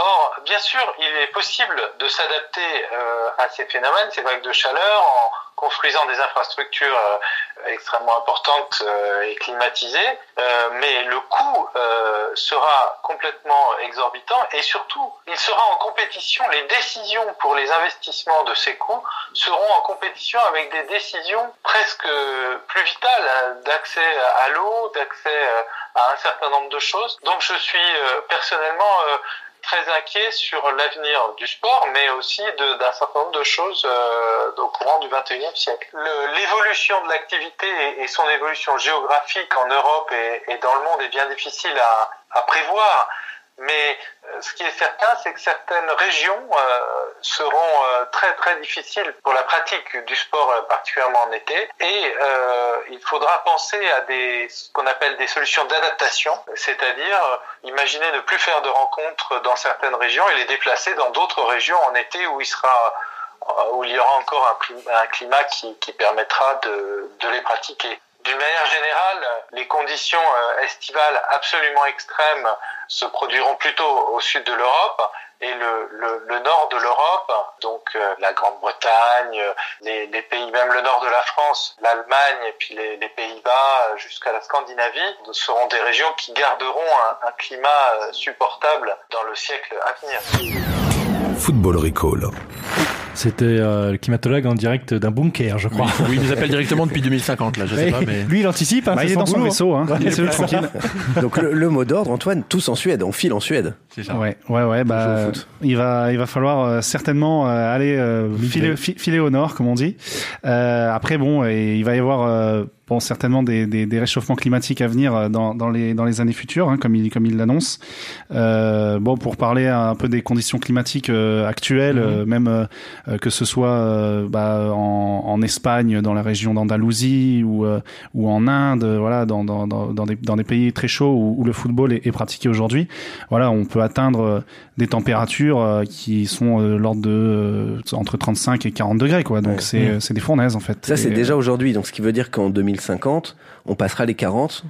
Speaker 13: Or, bien sûr, il est possible de s'adapter euh, à ces phénomènes, ces vagues de chaleur, en construisant des infrastructures euh, extrêmement importantes euh, et climatisées, Euh, mais le coût euh, sera complètement exorbitant et surtout, il sera en compétition, les décisions pour les investissements de ces coûts seront en compétition avec des décisions presque euh, plus vitales euh, d'accès à l'eau, d'accès euh, à un certain nombre de choses. Donc je suis euh, personnellement... euh, très inquiet sur l'avenir du sport, mais aussi de- d'un certain nombre de choses euh, au courant du 21e siècle. Le- L'évolution de l'activité et, et son évolution géographique en Europe et, et dans le monde est bien difficile à, à prévoir, mais euh, ce qui est certain, c'est que certaines régions euh, seront euh, très très difficiles pour la pratique du sport, euh, particulièrement en été, et euh, il faudra penser à des ce qu'on appelle des solutions d'adaptation, c'est-à-dire euh, imaginer ne plus faire de rencontres dans certaines régions et les déplacer dans d'autres régions en été où il sera euh, où il y aura encore un, prim- un climat qui, qui permettra de, de les pratiquer. D'une manière générale, les conditions euh, estivales absolument extrêmes se produiront plutôt au sud de l'Europe et le, le- le nord de l'Europe, donc euh, la Grande-Bretagne, euh, les, les pays, même le nord de la France, l'Allemagne et puis les, les Pays-Bas euh, jusqu'à la Scandinavie, seront des régions qui garderont un- un climat euh, supportable dans le siècle à venir.
Speaker 8: Football Recall.
Speaker 2: C'était euh, le climatologue en direct d'un bunker, je crois.
Speaker 3: Oui, il nous appelle directement depuis 2050, là, je sais
Speaker 2: Et
Speaker 3: pas, mais.
Speaker 2: Lui, il anticipe. hein,
Speaker 9: Bah,
Speaker 2: c'est
Speaker 9: il est dans son
Speaker 2: boulot.
Speaker 9: vaisseau, hein.
Speaker 2: Ouais,
Speaker 9: Laissez-le
Speaker 2: c'est
Speaker 9: tranquille.
Speaker 2: ça.
Speaker 1: Donc le, le mot d'ordre, Antoine, tous en Suède, on file en Suède.
Speaker 9: Ouais, ouais, ouais. Bah, il va, il va falloir euh, certainement euh, aller euh, filer, fi- filer au nord, comme on dit. Euh, après, bon, et il va y avoir euh, bon certainement des, des, des réchauffements climatiques à venir euh, dans, dans les dans les années futures, hein, comme il comme il l'annonce. Euh, bon, pour parler un peu des conditions climatiques euh, actuelles, euh, même euh, euh, que ce soit euh, bah, en, en Espagne, dans la région d'Andalousie ou euh, ou en Inde, euh, voilà, dans dans dans, dans des dans des pays très chauds où, où le football est, est pratiqué aujourd'hui. Voilà, on peut atteindre euh, des températures euh, qui sont euh, de l'ordre de euh, entre 35 et 40 degrés, quoi. Donc c'est
Speaker 1: Mmh.
Speaker 9: euh, c'est des fournaises en fait.
Speaker 1: Ça, c'est
Speaker 9: Et,
Speaker 1: déjà aujourd'hui, donc ce qui veut dire qu'en 2050, on passera les 40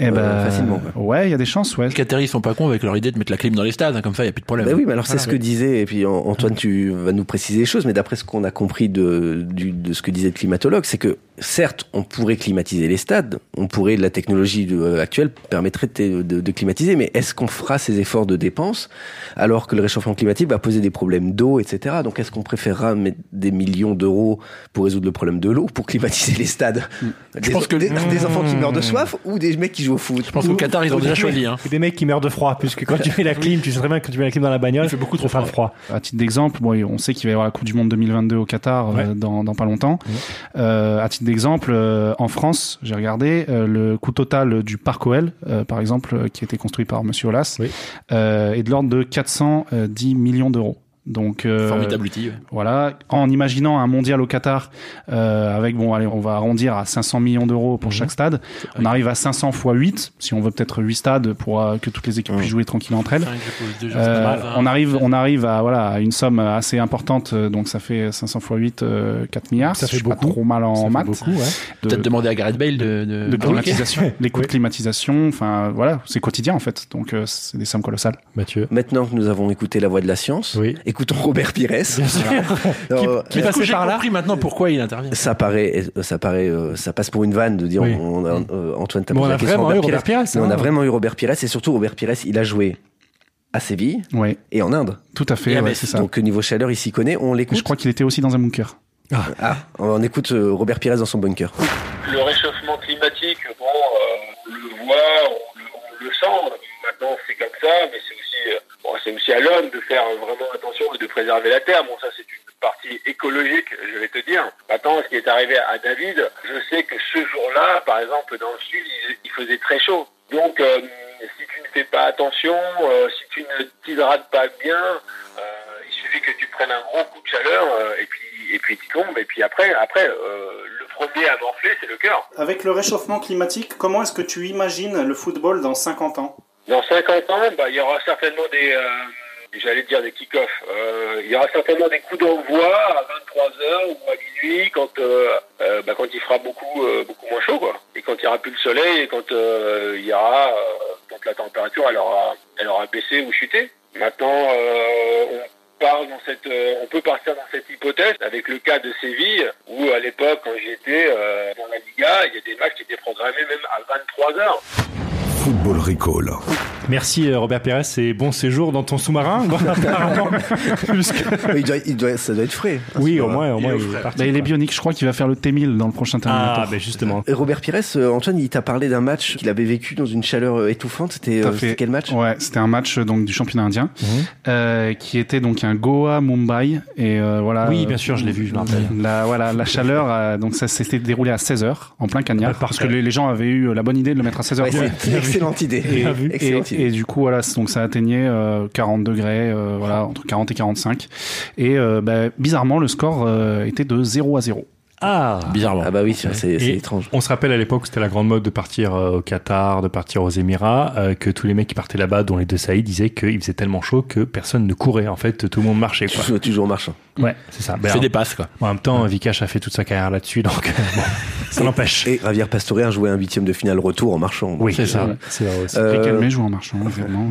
Speaker 9: eh
Speaker 1: euh,
Speaker 9: ben,
Speaker 1: facilement.
Speaker 9: Ouais, il y a des chances, ouais. Les
Speaker 3: Qataris sont pas cons avec leur idée de mettre la clim dans les stades, hein, comme ça, il n'y a plus de problème.
Speaker 9: Bah
Speaker 1: Ben oui, mais alors c'est
Speaker 3: Voilà, Ah.
Speaker 1: ce que
Speaker 3: ouais.
Speaker 1: disait, et puis An- Antoine, tu vas nous préciser les choses, mais d'après ce qu'on a compris de, du- de ce que disait le climatologue, c'est que certes, on pourrait climatiser les stades, on pourrait, la technologie de- actuelle permettrait de, de- de climatiser, mais est-ce qu'on fera ces efforts de dépenses alors que le réchauffement climatique va poser des problèmes d'eau, etc. Donc est-ce qu'on préférera mettre des millions d'euros pour résoudre le problème de l'eau ou pour climatiser les stades des,
Speaker 3: Mm. pense que- Mm.
Speaker 1: des- des enfants qui meurent de soif ou des mecs qui jouent au foot Je
Speaker 3: pense qu'au Qatar, ils ont déjà choisi, hein.
Speaker 2: Des mecs qui meurent de froid, puisque quand tu mets la clim, tu sais très bien que quand tu mets la clim dans la bagnole, il fait beaucoup trop froid.
Speaker 9: À titre d'exemple, bon, on sait qu'il va y avoir la Coupe du Monde 2022 au Qatar euh, dans, dans pas longtemps. Euh, à titre d'exemple, euh, en France, j'ai regardé euh, le coût total du parc OL, euh, par exemple, euh, qui a été construit par Monsieur Olas, euh, est de l'ordre de 410 millions d'euros. Donc, euh,
Speaker 3: Formidable outil, ouais.
Speaker 9: Voilà, en imaginant un mondial au Qatar euh, avec bon, allez, on va arrondir à 500 millions d'euros pour chaque stade. On arrive à 500 fois 8 si on veut peut-être 8 stades pour euh, que toutes les équipes puissent jouer tranquilles entre elles.
Speaker 3: Cinq, je pose deux, je
Speaker 9: Euh,
Speaker 3: sais pas.
Speaker 9: on arrive, on arrive à voilà à une somme assez importante, euh, donc ça fait 500 fois 8, euh, 4 milliards.
Speaker 3: Ça
Speaker 9: si
Speaker 3: fait
Speaker 9: je suis Pas trop mal en maths. De-
Speaker 3: Peut-être demander à Gareth Bale de, de,
Speaker 9: de climatisation,
Speaker 3: [LAUGHS] climatisation.
Speaker 9: les coûts de climatisation, enfin voilà, c'est quotidien en fait, donc euh, c'est des sommes colossales.
Speaker 2: Mathieu.
Speaker 1: [LAUGHS] Maintenant que nous avons écouté la voix de la science, écoutons Robert Pires.
Speaker 2: [LAUGHS]
Speaker 3: sûr.
Speaker 1: Alors,
Speaker 3: Qui,
Speaker 1: euh,
Speaker 3: est j'ai compris maintenant pourquoi il intervient.
Speaker 1: ça paraît, ça paraît, euh, ça passe pour une vanne de dire
Speaker 3: Oui.
Speaker 1: on, on a- euh, Antoine t'as
Speaker 2: Mais
Speaker 1: posé
Speaker 2: on
Speaker 1: la
Speaker 2: a
Speaker 1: question à
Speaker 2: vraiment eu Robert Pires,
Speaker 1: Mais on
Speaker 2: hein.
Speaker 1: a vraiment eu Robert Pires et surtout Robert Pires, il a joué à Séville et en Inde.
Speaker 9: Tout à fait, Et à ouais, Metz. c'est ça.
Speaker 1: Donc euh, niveau chaleur, il s'y connaît. On l'écoute. Je
Speaker 9: crois qu'il était aussi dans un bunker.
Speaker 1: Ah, on écoute euh, Robert Pires dans son bunker.
Speaker 11: Le réchauffement climatique, bon, euh, on le voit, on le, on le sent. Maintenant, c'est comme ça, mais c'est aussi, euh, bon, c'est aussi à l'homme de faire vraiment attention et de préserver la terre. Bon, ça, c'est une partie écologique, je vais te dire. Maintenant, ce qui est arrivé à David, je sais que ce jour-là, par exemple, dans le sud, il, il faisait très chaud. Donc, euh, si tu ne fais pas attention, euh, si tu ne t'hydrates pas bien, euh, il suffit que tu prennes un gros coup de chaleur euh, et puis et puis tu tombes. Et puis après, après, euh, le premier à morfler, c'est le cœur.
Speaker 14: Avec le réchauffement climatique, comment est-ce que tu imagines le football dans 50 ans
Speaker 11: Dans 50 ans, bah, il y aura certainement des, euh, j'allais dire des kick-offs. Euh, il y aura certainement des coups d'envoi à 23h ou à minuit quand, euh, euh, bah, quand il fera beaucoup, euh, beaucoup moins chaud, quoi. Et quand il n'y aura plus le soleil et quand euh, il y aura, euh, quand la température, elle aura, elle aura baissé ou chuté. Maintenant, euh, on part dans cette, euh, on peut partir dans cette hypothèse avec le cas de Séville où à l'époque quand j'étais euh, dans la Liga, il y a des matchs qui étaient programmés même à 23 heures.
Speaker 8: Football Recall.
Speaker 2: Merci euh, Robert Pires et bon séjour dans ton sous-marin. Bon, apparemment.
Speaker 1: il doit, il doit- ça doit être frais.
Speaker 2: Oui, au moins, au moins,
Speaker 1: est
Speaker 2: il est
Speaker 1: frais.
Speaker 2: parti.
Speaker 9: Bah, il est bionique, je crois qu'il va faire le T1000 dans le prochain Terminator.
Speaker 2: ben justement.
Speaker 1: Et Robert Pires, euh, Antoine, il t'a parlé d'un match qu'il avait vécu dans une chaleur euh, étouffante. C'était
Speaker 9: Tout à
Speaker 1: euh,
Speaker 9: fait.
Speaker 1: c'était quel match
Speaker 9: Ouais, c'était un match euh, donc du championnat indien
Speaker 2: Mhm.
Speaker 9: euh, qui était donc un Goa Mumbai et euh, voilà.
Speaker 2: Oui,
Speaker 9: euh,
Speaker 2: bien sûr, je l'ai vu, je me rappelle.
Speaker 9: La voilà, la chaleur euh, donc ça s'était déroulé à 16h en plein cagnard
Speaker 2: Ah,
Speaker 9: parce que les, les gens avaient eu euh, la bonne idée de le mettre à 16h.
Speaker 1: Ouais, c'est une excellente idée.
Speaker 9: Et,
Speaker 1: Bien vu.
Speaker 9: et-
Speaker 1: Excellente
Speaker 9: et-
Speaker 1: idée.
Speaker 9: et du coup voilà, c'est- donc ça atteignait euh, 40 degrés euh, voilà, entre 40 et 45 et euh, bah, bizarrement le score euh, était de 0 à 0.
Speaker 2: Ah
Speaker 1: Bizarrement. Ah bah oui, c'est c'est
Speaker 2: Et
Speaker 1: étrange.
Speaker 2: On se rappelle à l'époque où c'était la grande mode de partir euh, au Qatar, de partir aux Émirats, euh, que tous les mecs qui partaient là-bas, dont les deux Saïd, disaient qu'il faisait tellement chaud que personne ne courait. En fait, tout le monde marchait. Quoi.
Speaker 1: Toujours, toujours marchant.
Speaker 2: Ouais, c'est ça.
Speaker 1: C'est des
Speaker 2: passes, quoi. En même temps, Vikash a fait toute sa carrière là-dessus, donc euh, bon, ça l'empêche.
Speaker 1: Et Javier Pastore a joué un huitième de finale retour en marchant. Donc,
Speaker 2: Oui, c'est ça.
Speaker 1: euh,
Speaker 2: C'est vrai aussi.
Speaker 1: Euh,
Speaker 9: Riquelme joue en
Speaker 2: [LAUGHS]
Speaker 9: marchant vraiment.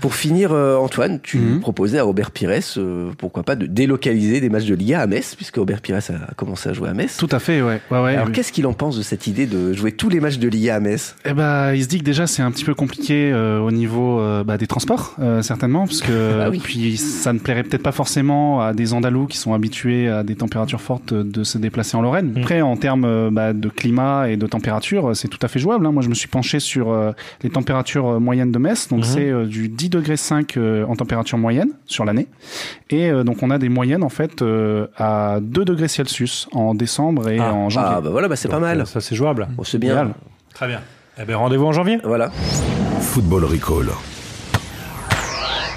Speaker 1: Pour finir, euh, Antoine, tu
Speaker 9: Mhm.
Speaker 1: proposais à Robert Pires, euh, pourquoi pas, de délocaliser des matchs de Liga à Metz, puisque Robert Pires a commencé à jouer à Metz.
Speaker 9: Tout à fait, ouais. ouais, ouais
Speaker 1: Alors
Speaker 9: oui.
Speaker 1: qu'est-ce qu'il en pense de cette idée de jouer tous les matchs de Liga à Metz
Speaker 9: Eh ben, il se dit que déjà c'est un petit peu compliqué euh, au niveau euh, bah, des transports, euh, certainement, parce que
Speaker 1: [LAUGHS] Bah oui.
Speaker 9: puis ça ne plairait peut-être pas forcément à des Andalous qui sont habitués à des températures fortes euh, de se déplacer en
Speaker 1: Mm.
Speaker 9: Lorraine. Après, en termes euh, bah, de climat et de température, euh, c'est tout à fait jouable. hein. Moi, je me suis penché sur euh, les températures euh, moyennes de Metz, donc
Speaker 1: Mm-hmm.
Speaker 2: Mhm.
Speaker 9: c'est euh, du 10 degrés 5 euh, en température moyenne sur l'année, et euh, donc on a des moyennes en fait euh, à 2 degrés Celsius en décembre et en janvier. euh,
Speaker 1: Ah bah voilà, bah c'est pas mal.
Speaker 2: euh, Ça c'est jouable.
Speaker 1: c'est bien.
Speaker 9: Génial.
Speaker 2: Très bien. Eh ben, rendez-vous en janvier.
Speaker 1: Voilà.
Speaker 8: Football Recall.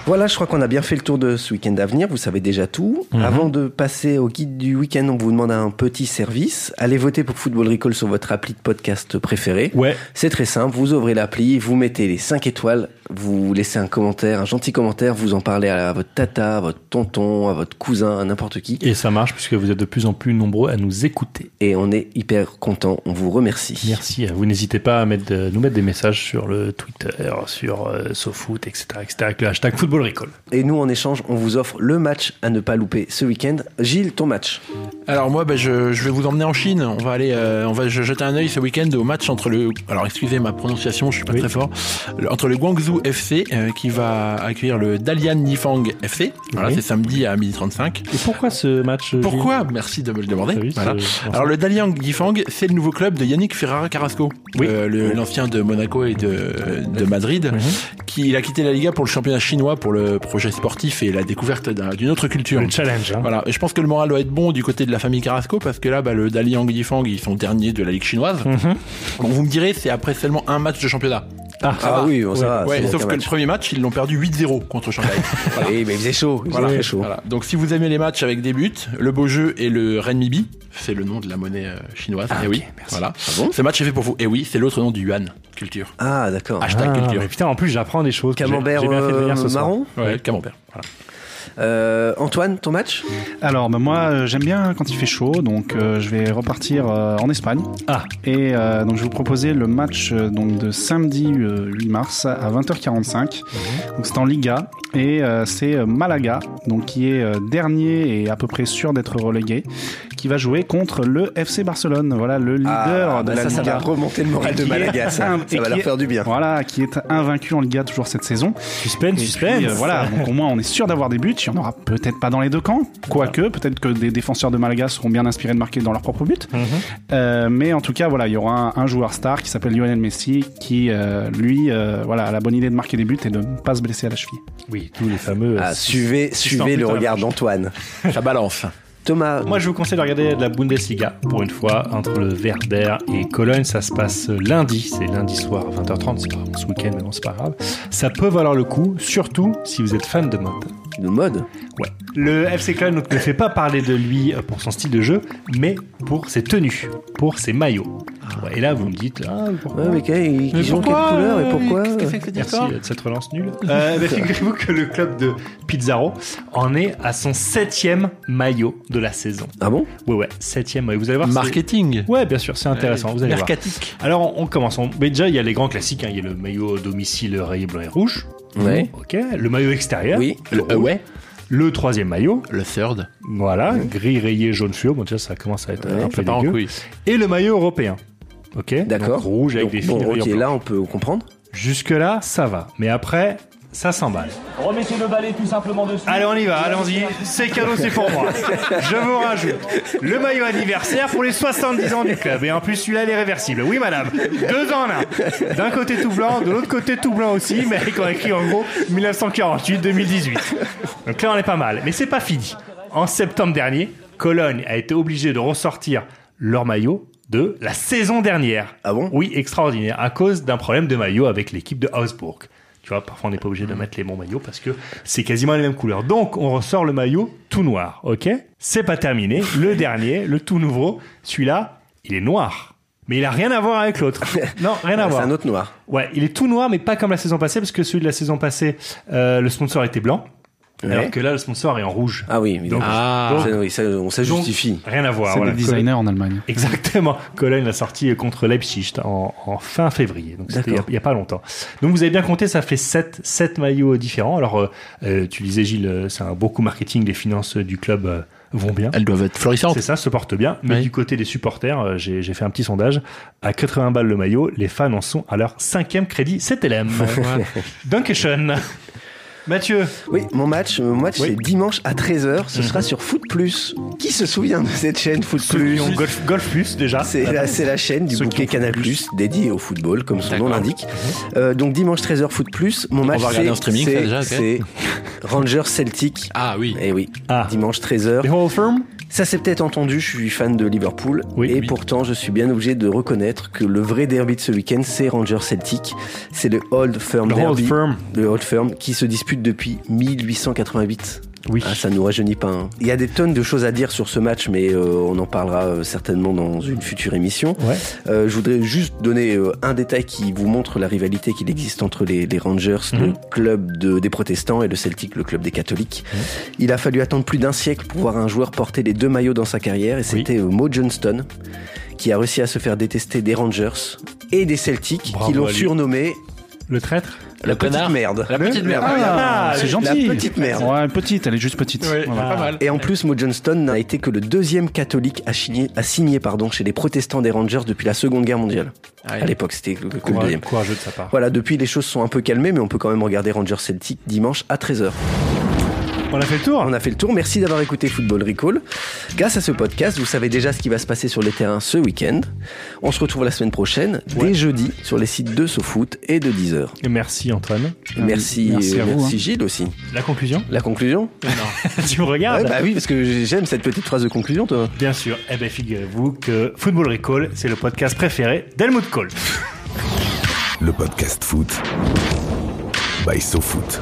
Speaker 1: Voilà, je crois qu'on a bien fait le tour de ce week-end à venir. Vous savez déjà tout. Avant de passer au guide du week-end, on vous demande un petit service. Allez voter pour Football Recall sur votre appli de podcast préféré.
Speaker 2: Ouais.
Speaker 1: C'est très simple. Vous ouvrez l'appli, vous mettez les 5 étoiles, vous laissez un commentaire, un gentil commentaire, vous en parlez à votre tata, à votre tonton, à votre cousin, à n'importe qui.
Speaker 2: Et ça marche puisque vous êtes de plus en plus nombreux à nous écouter.
Speaker 1: Et on est hyper content. On vous remercie.
Speaker 2: Merci. Vous n'hésitez pas à mettre, euh, nous mettre des messages sur le Twitter, sur euh, SoFoot, etc., etc., avec le hashtag Football Recall.
Speaker 1: Et nous, en échange, on vous offre le match à ne pas louper ce week-end. Gilles, ton match
Speaker 3: Alors moi, ben, je, je vais vous emmener en Chine. On va aller, euh, on va je- jeter un œil ce week-end au match entre le. Alors excusez ma prononciation, je suis pas très fort. Le- Entre le Guangzhou FC euh, qui va accueillir le Dalian Nifang FC. Voilà,
Speaker 2: Oui.
Speaker 3: c'est samedi à 12h35.
Speaker 2: Et pourquoi ce match euh,
Speaker 3: Pourquoi Merci de me le demander.
Speaker 2: oui,
Speaker 3: Voilà.
Speaker 2: c'est-
Speaker 3: Alors le Dalian Yifang, c'est le nouveau club de Yannick Ferrara Carrasco, Euh, le- l'ancien de Monaco et de, de Madrid, qui il a quitté la Liga pour le championnat chinois pour le projet sportif et la découverte d'un- d'une autre culture.
Speaker 2: Le challenge, hein.
Speaker 3: Voilà. Et je pense que le moral doit être bon du côté de la famille Carrasco parce que là, bah, le Dalian Yifang, ils sont derniers de la Ligue chinoise.
Speaker 2: Mhm.
Speaker 3: Bon, vous me direz, c'est après seulement un match de championnat.
Speaker 2: Ah.
Speaker 3: Ça va.
Speaker 2: Ah oui, bon, ça va,
Speaker 3: Ouais,
Speaker 2: c'est bon
Speaker 3: sauf
Speaker 2: qu'un
Speaker 3: que le
Speaker 2: match.
Speaker 3: premier match, ils l'ont perdu 8-0
Speaker 2: [LAUGHS]
Speaker 3: contre Shanghai. Voilà.
Speaker 1: Oui, mais il faisait chaud. Il faisait très chaud.
Speaker 3: Voilà. Donc si vous aimez les matchs avec des buts, le beau jeu et le renminbi, c'est le nom de la monnaie euh, chinoise.
Speaker 2: Ah,
Speaker 3: eh
Speaker 2: ok,
Speaker 3: oui,
Speaker 2: merci.
Speaker 3: voilà.
Speaker 2: Ah bon
Speaker 3: Ce match est fait pour vous. Et oui, c'est l'autre nom du yuan culture.
Speaker 1: Ah, d'accord.
Speaker 3: Hashtag
Speaker 2: Ah,
Speaker 3: culture.
Speaker 2: mais putain, en plus, j'apprends des choses. J'ai-
Speaker 1: Camembert,
Speaker 2: j'ai bien fait de venir ce
Speaker 1: euh,
Speaker 2: soir.
Speaker 1: marron
Speaker 3: Ouais, camembert. Voilà.
Speaker 1: Euh, Antoine, ton match
Speaker 9: Alors, bah, moi, euh, j'aime bien quand il fait chaud, donc euh, je vais repartir euh, en Espagne.
Speaker 2: Ah.
Speaker 9: Et euh, donc, je vais vous proposer le match euh, donc, de samedi euh, 8 mars à 20h45.
Speaker 1: Mhm.
Speaker 9: Donc, c'est en Liga et euh, c'est euh, Malaga, donc qui est euh, dernier et à peu près sûr d'être relégué, qui va jouer contre le FC Barcelone. Voilà, le leader de
Speaker 1: bah
Speaker 9: la
Speaker 1: ça, ça
Speaker 9: Liga.
Speaker 1: va remonter le moral
Speaker 9: Et
Speaker 1: de
Speaker 9: qui est
Speaker 1: Malaga, ça.
Speaker 9: un-
Speaker 1: Ça
Speaker 9: et
Speaker 1: va
Speaker 9: qui
Speaker 1: leur
Speaker 9: est-
Speaker 1: faire du bien.
Speaker 9: Voilà, qui est invaincu en Liga toujours cette saison.
Speaker 2: Suspense,
Speaker 9: Et
Speaker 2: suspense.
Speaker 9: puis, euh, voilà, donc au moins on est sûr d'avoir des buts. Il y en aura peut-être pas dans les deux camps, quoique peut-être que des défenseurs de Malaga seront bien inspirés de marquer dans leur propre but. Euh, mais en tout cas, voilà, il y aura un, un joueur star qui s'appelle Lionel Messi, qui euh, lui, euh, voilà, a la bonne idée de marquer des buts et de ne pas se blesser à la cheville.
Speaker 2: Oui, tous les fameux. euh,
Speaker 1: Ah, suivez, suivez
Speaker 2: Ah,
Speaker 1: le regard d'Antoine.
Speaker 3: Ça balance.
Speaker 1: Thomas.
Speaker 2: Moi, je vous conseille de regarder de la Bundesliga pour une fois entre le Werder et Cologne. Ça se passe lundi, c'est lundi soir à 20h30. C'est pas vraiment ce week-end, mais bon, c'est pas grave. Ça peut valoir le coup, surtout si vous êtes fan de mode.
Speaker 1: De mode
Speaker 2: Ouais. Le FC Cologne donc, ne fait pas parler de lui euh, pour son style de jeu, mais pour ses tenues, pour ses maillots. Ouais, et là, vous me dites, ah, pourquoi
Speaker 1: Ouais, mais quelle, ils
Speaker 2: Mais
Speaker 1: ils ont quelle
Speaker 2: pourquoi,
Speaker 1: couleur et
Speaker 2: euh,
Speaker 1: pourquoi
Speaker 2: qu'est-ce que c'est que cette Merci euh, de cette relance nulle. [LAUGHS] Euh, bah, Figurez-vous que le club de Pizarro en est à son septième maillot de la saison.
Speaker 1: Ah bon
Speaker 2: Ouais, ouais, septième maillot. Vous allez voir. c'est-
Speaker 3: Marketing.
Speaker 2: Ouais, bien sûr, c'est intéressant.
Speaker 3: Ouais,
Speaker 2: vous allez voir.
Speaker 3: mercatique.
Speaker 2: Alors, on, on commence. On- mais déjà, il y a les grands classiques. hein. Il y a le maillot domicile rayé blanc et rouge.
Speaker 1: Ouais.
Speaker 2: Ok. Le maillot extérieur.
Speaker 1: Oui.
Speaker 2: Le,
Speaker 3: Euh, ouais.
Speaker 2: le troisième maillot.
Speaker 3: Le third.
Speaker 2: Voilà. Gris rayé jaune fluo. Bon, déjà, ça commence à être un peu
Speaker 3: Ça part en
Speaker 2: dégueu.
Speaker 3: couille.
Speaker 2: Et le maillot européen. Ok.
Speaker 1: D'accord.
Speaker 2: Donc, rouge avec
Speaker 1: Donc,
Speaker 2: des fils
Speaker 1: Bon, ok,
Speaker 2: rayés en blanc.
Speaker 1: là, on peut comprendre.
Speaker 2: Jusque-là, ça va. Mais après, ça s'emballe.
Speaker 15: Remettez le balai tout simplement dessus.
Speaker 2: Allez, on y va, allons-y. C'est cadeau, c'est pour moi. Je vous rajoute le maillot anniversaire pour les 70 ans du club. Et en plus, celui-là, il est réversible. Oui, madame. Deux en un. D'un côté tout blanc, de l'autre côté tout blanc aussi, mais avec on écrit en gros 1948-2018. Donc là, on est pas mal. Mais c'est pas fini. En septembre dernier, Cologne a été obligée de ressortir leur maillot de la saison dernière.
Speaker 1: Ah bon
Speaker 2: Oui, extraordinaire. À cause d'un problème de maillot avec l'équipe de Augsbourg. Tu vois, parfois on n'est pas obligé
Speaker 1: Mm.
Speaker 2: de mettre les bons maillots parce que c'est quasiment les mêmes couleurs. Donc on ressort le maillot tout noir, ok C'est pas terminé.
Speaker 1: [LAUGHS]
Speaker 2: Le dernier, le tout nouveau, celui-là, il est noir. Mais il a rien à voir avec l'autre.
Speaker 1: [LAUGHS]
Speaker 2: Non, rien à
Speaker 1: Ah, C'est
Speaker 2: voir.
Speaker 1: un autre noir.
Speaker 2: Ouais, il est tout noir, mais pas comme la saison passée, parce que celui de la saison passée, euh, le sponsor était blanc,
Speaker 1: Ouais.
Speaker 2: alors que là, le sponsor est en rouge.
Speaker 1: Ah oui,
Speaker 2: Donc-
Speaker 1: évidemment.
Speaker 2: donc-
Speaker 1: Ça, oui, ça, on ça
Speaker 2: donc,
Speaker 1: justifie.
Speaker 2: Rien à voir.
Speaker 9: C'est
Speaker 2: voilà.
Speaker 9: des designers en Allemagne.
Speaker 2: Exactement. Cologne l'a sorti contre Leipzig hein, en, en fin février. Donc c'était il y a-
Speaker 1: D'accord.
Speaker 2: il n'y a, pas longtemps. Donc vous avez bien compté, ça fait 7, maillots différents. Alors euh, euh, tu disais Gilles, euh, c'est un beau coup marketing, les finances euh, du club euh, vont bien.
Speaker 3: Elles doivent être florissantes.
Speaker 2: C'est ça, se porte bien. Mais
Speaker 3: Oui.
Speaker 2: du côté des supporters, euh, j'ai j'ai fait un petit sondage. À 80 balles le maillot, les fans en sont à leur cinquième crédit [LAUGHS] CTLM. Dankeschön. Mathieu.
Speaker 1: Oui, mon match, mon match c'est dimanche à 13h.
Speaker 2: Mhm.
Speaker 1: Ce sera sur Foot Plus. Qui se souvient de cette chaîne Foot Plus
Speaker 2: Golf, golf Plus déjà.
Speaker 1: C'est la, c'est la chaîne du
Speaker 2: Ah, Ceux qui
Speaker 1: bouquet
Speaker 2: ont Foot
Speaker 1: Canal
Speaker 2: Plus.
Speaker 1: Plus dédiée au football, comme son nom
Speaker 3: D'accord.
Speaker 1: l'indique. Euh, donc dimanche 13h Foot Plus. Mon match
Speaker 3: va regarder
Speaker 1: c'est-
Speaker 3: en streaming, ça,
Speaker 1: c'est-
Speaker 3: déjà, ok.
Speaker 1: c'est Rangers Celtic.
Speaker 3: Ah oui.
Speaker 1: Et oui,
Speaker 2: Ah.
Speaker 1: dimanche 13h.
Speaker 2: Les Hall Firm
Speaker 1: Ça s'est peut-être entendu, je suis fan de Liverpool.
Speaker 2: Oui.
Speaker 1: et
Speaker 2: Oui.
Speaker 1: pourtant, je suis bien obligé de reconnaître que le vrai derby de ce week-end, c'est Rangers Celtic. C'est le Old Firm
Speaker 2: Le Old
Speaker 1: Derby.
Speaker 2: Firm.
Speaker 1: Le Old Firm qui se dispute depuis 1888.
Speaker 2: Oui.
Speaker 1: Ah, ça nous rajeunit pas. hein. Il y a des tonnes de choses à dire sur ce match, mais euh, on en parlera euh, certainement dans une future émission.
Speaker 2: Ouais.
Speaker 1: Euh, je voudrais juste donner euh, un détail qui vous montre la rivalité qu'il existe entre les, les Rangers, le
Speaker 2: Mhm.
Speaker 1: club de- des protestants, et le Celtic, le club des catholiques. Il a fallu attendre plus d'un siècle pour voir un joueur porter les deux maillots dans sa carrière, et c'était euh, Mo Johnston, qui a réussi à se faire détester des Rangers et des Celtics,
Speaker 2: Bravo
Speaker 1: qui l'ont
Speaker 2: à lui.
Speaker 1: surnommé
Speaker 2: Le traître
Speaker 1: La petite
Speaker 16: connard.
Speaker 1: merde.
Speaker 16: La petite merde.
Speaker 9: Ah, c'est gentil.
Speaker 1: La petite merde.
Speaker 9: Ouais, petite, elle est juste petite.
Speaker 16: Ouais,
Speaker 9: Voilà.
Speaker 16: pas mal.
Speaker 1: Et en plus, Mo Johnston n'a été que le deuxième catholique à signer, à signer pardon, chez les protestants des Rangers depuis la Seconde Guerre mondiale.
Speaker 16: Ah,
Speaker 1: À l'époque, c'était que- que le
Speaker 2: Courageux,
Speaker 1: deuxième.
Speaker 2: courageux de sa part.
Speaker 1: Voilà, depuis les choses sont un peu calmées, mais on peut quand même regarder Rangers Celtic dimanche à 13h.
Speaker 2: On a fait le tour
Speaker 1: On a fait le tour, merci d'avoir écouté Football Recall. Grâce à ce podcast, vous savez déjà ce qui va se passer sur les terrains ce week-end. On se retrouve la semaine prochaine, dès jeudi, sur les sites de SoFoot et de Deezer.
Speaker 2: Et merci Antoine.
Speaker 1: Merci,
Speaker 9: Ah merci à
Speaker 1: euh,
Speaker 9: vous,
Speaker 1: merci
Speaker 9: hein.
Speaker 1: Gilles aussi.
Speaker 2: La conclusion
Speaker 1: La conclusion
Speaker 2: [LAUGHS] Tu me
Speaker 9: Ah,
Speaker 2: regardes
Speaker 1: Ouais, Bah oui, parce que j'aime cette petite phrase de conclusion, toi.
Speaker 2: Bien sûr. Eh ben figurez-vous que Football Recall, c'est le podcast préféré d'Helmut Kohl.
Speaker 8: Le podcast foot by SoFoot.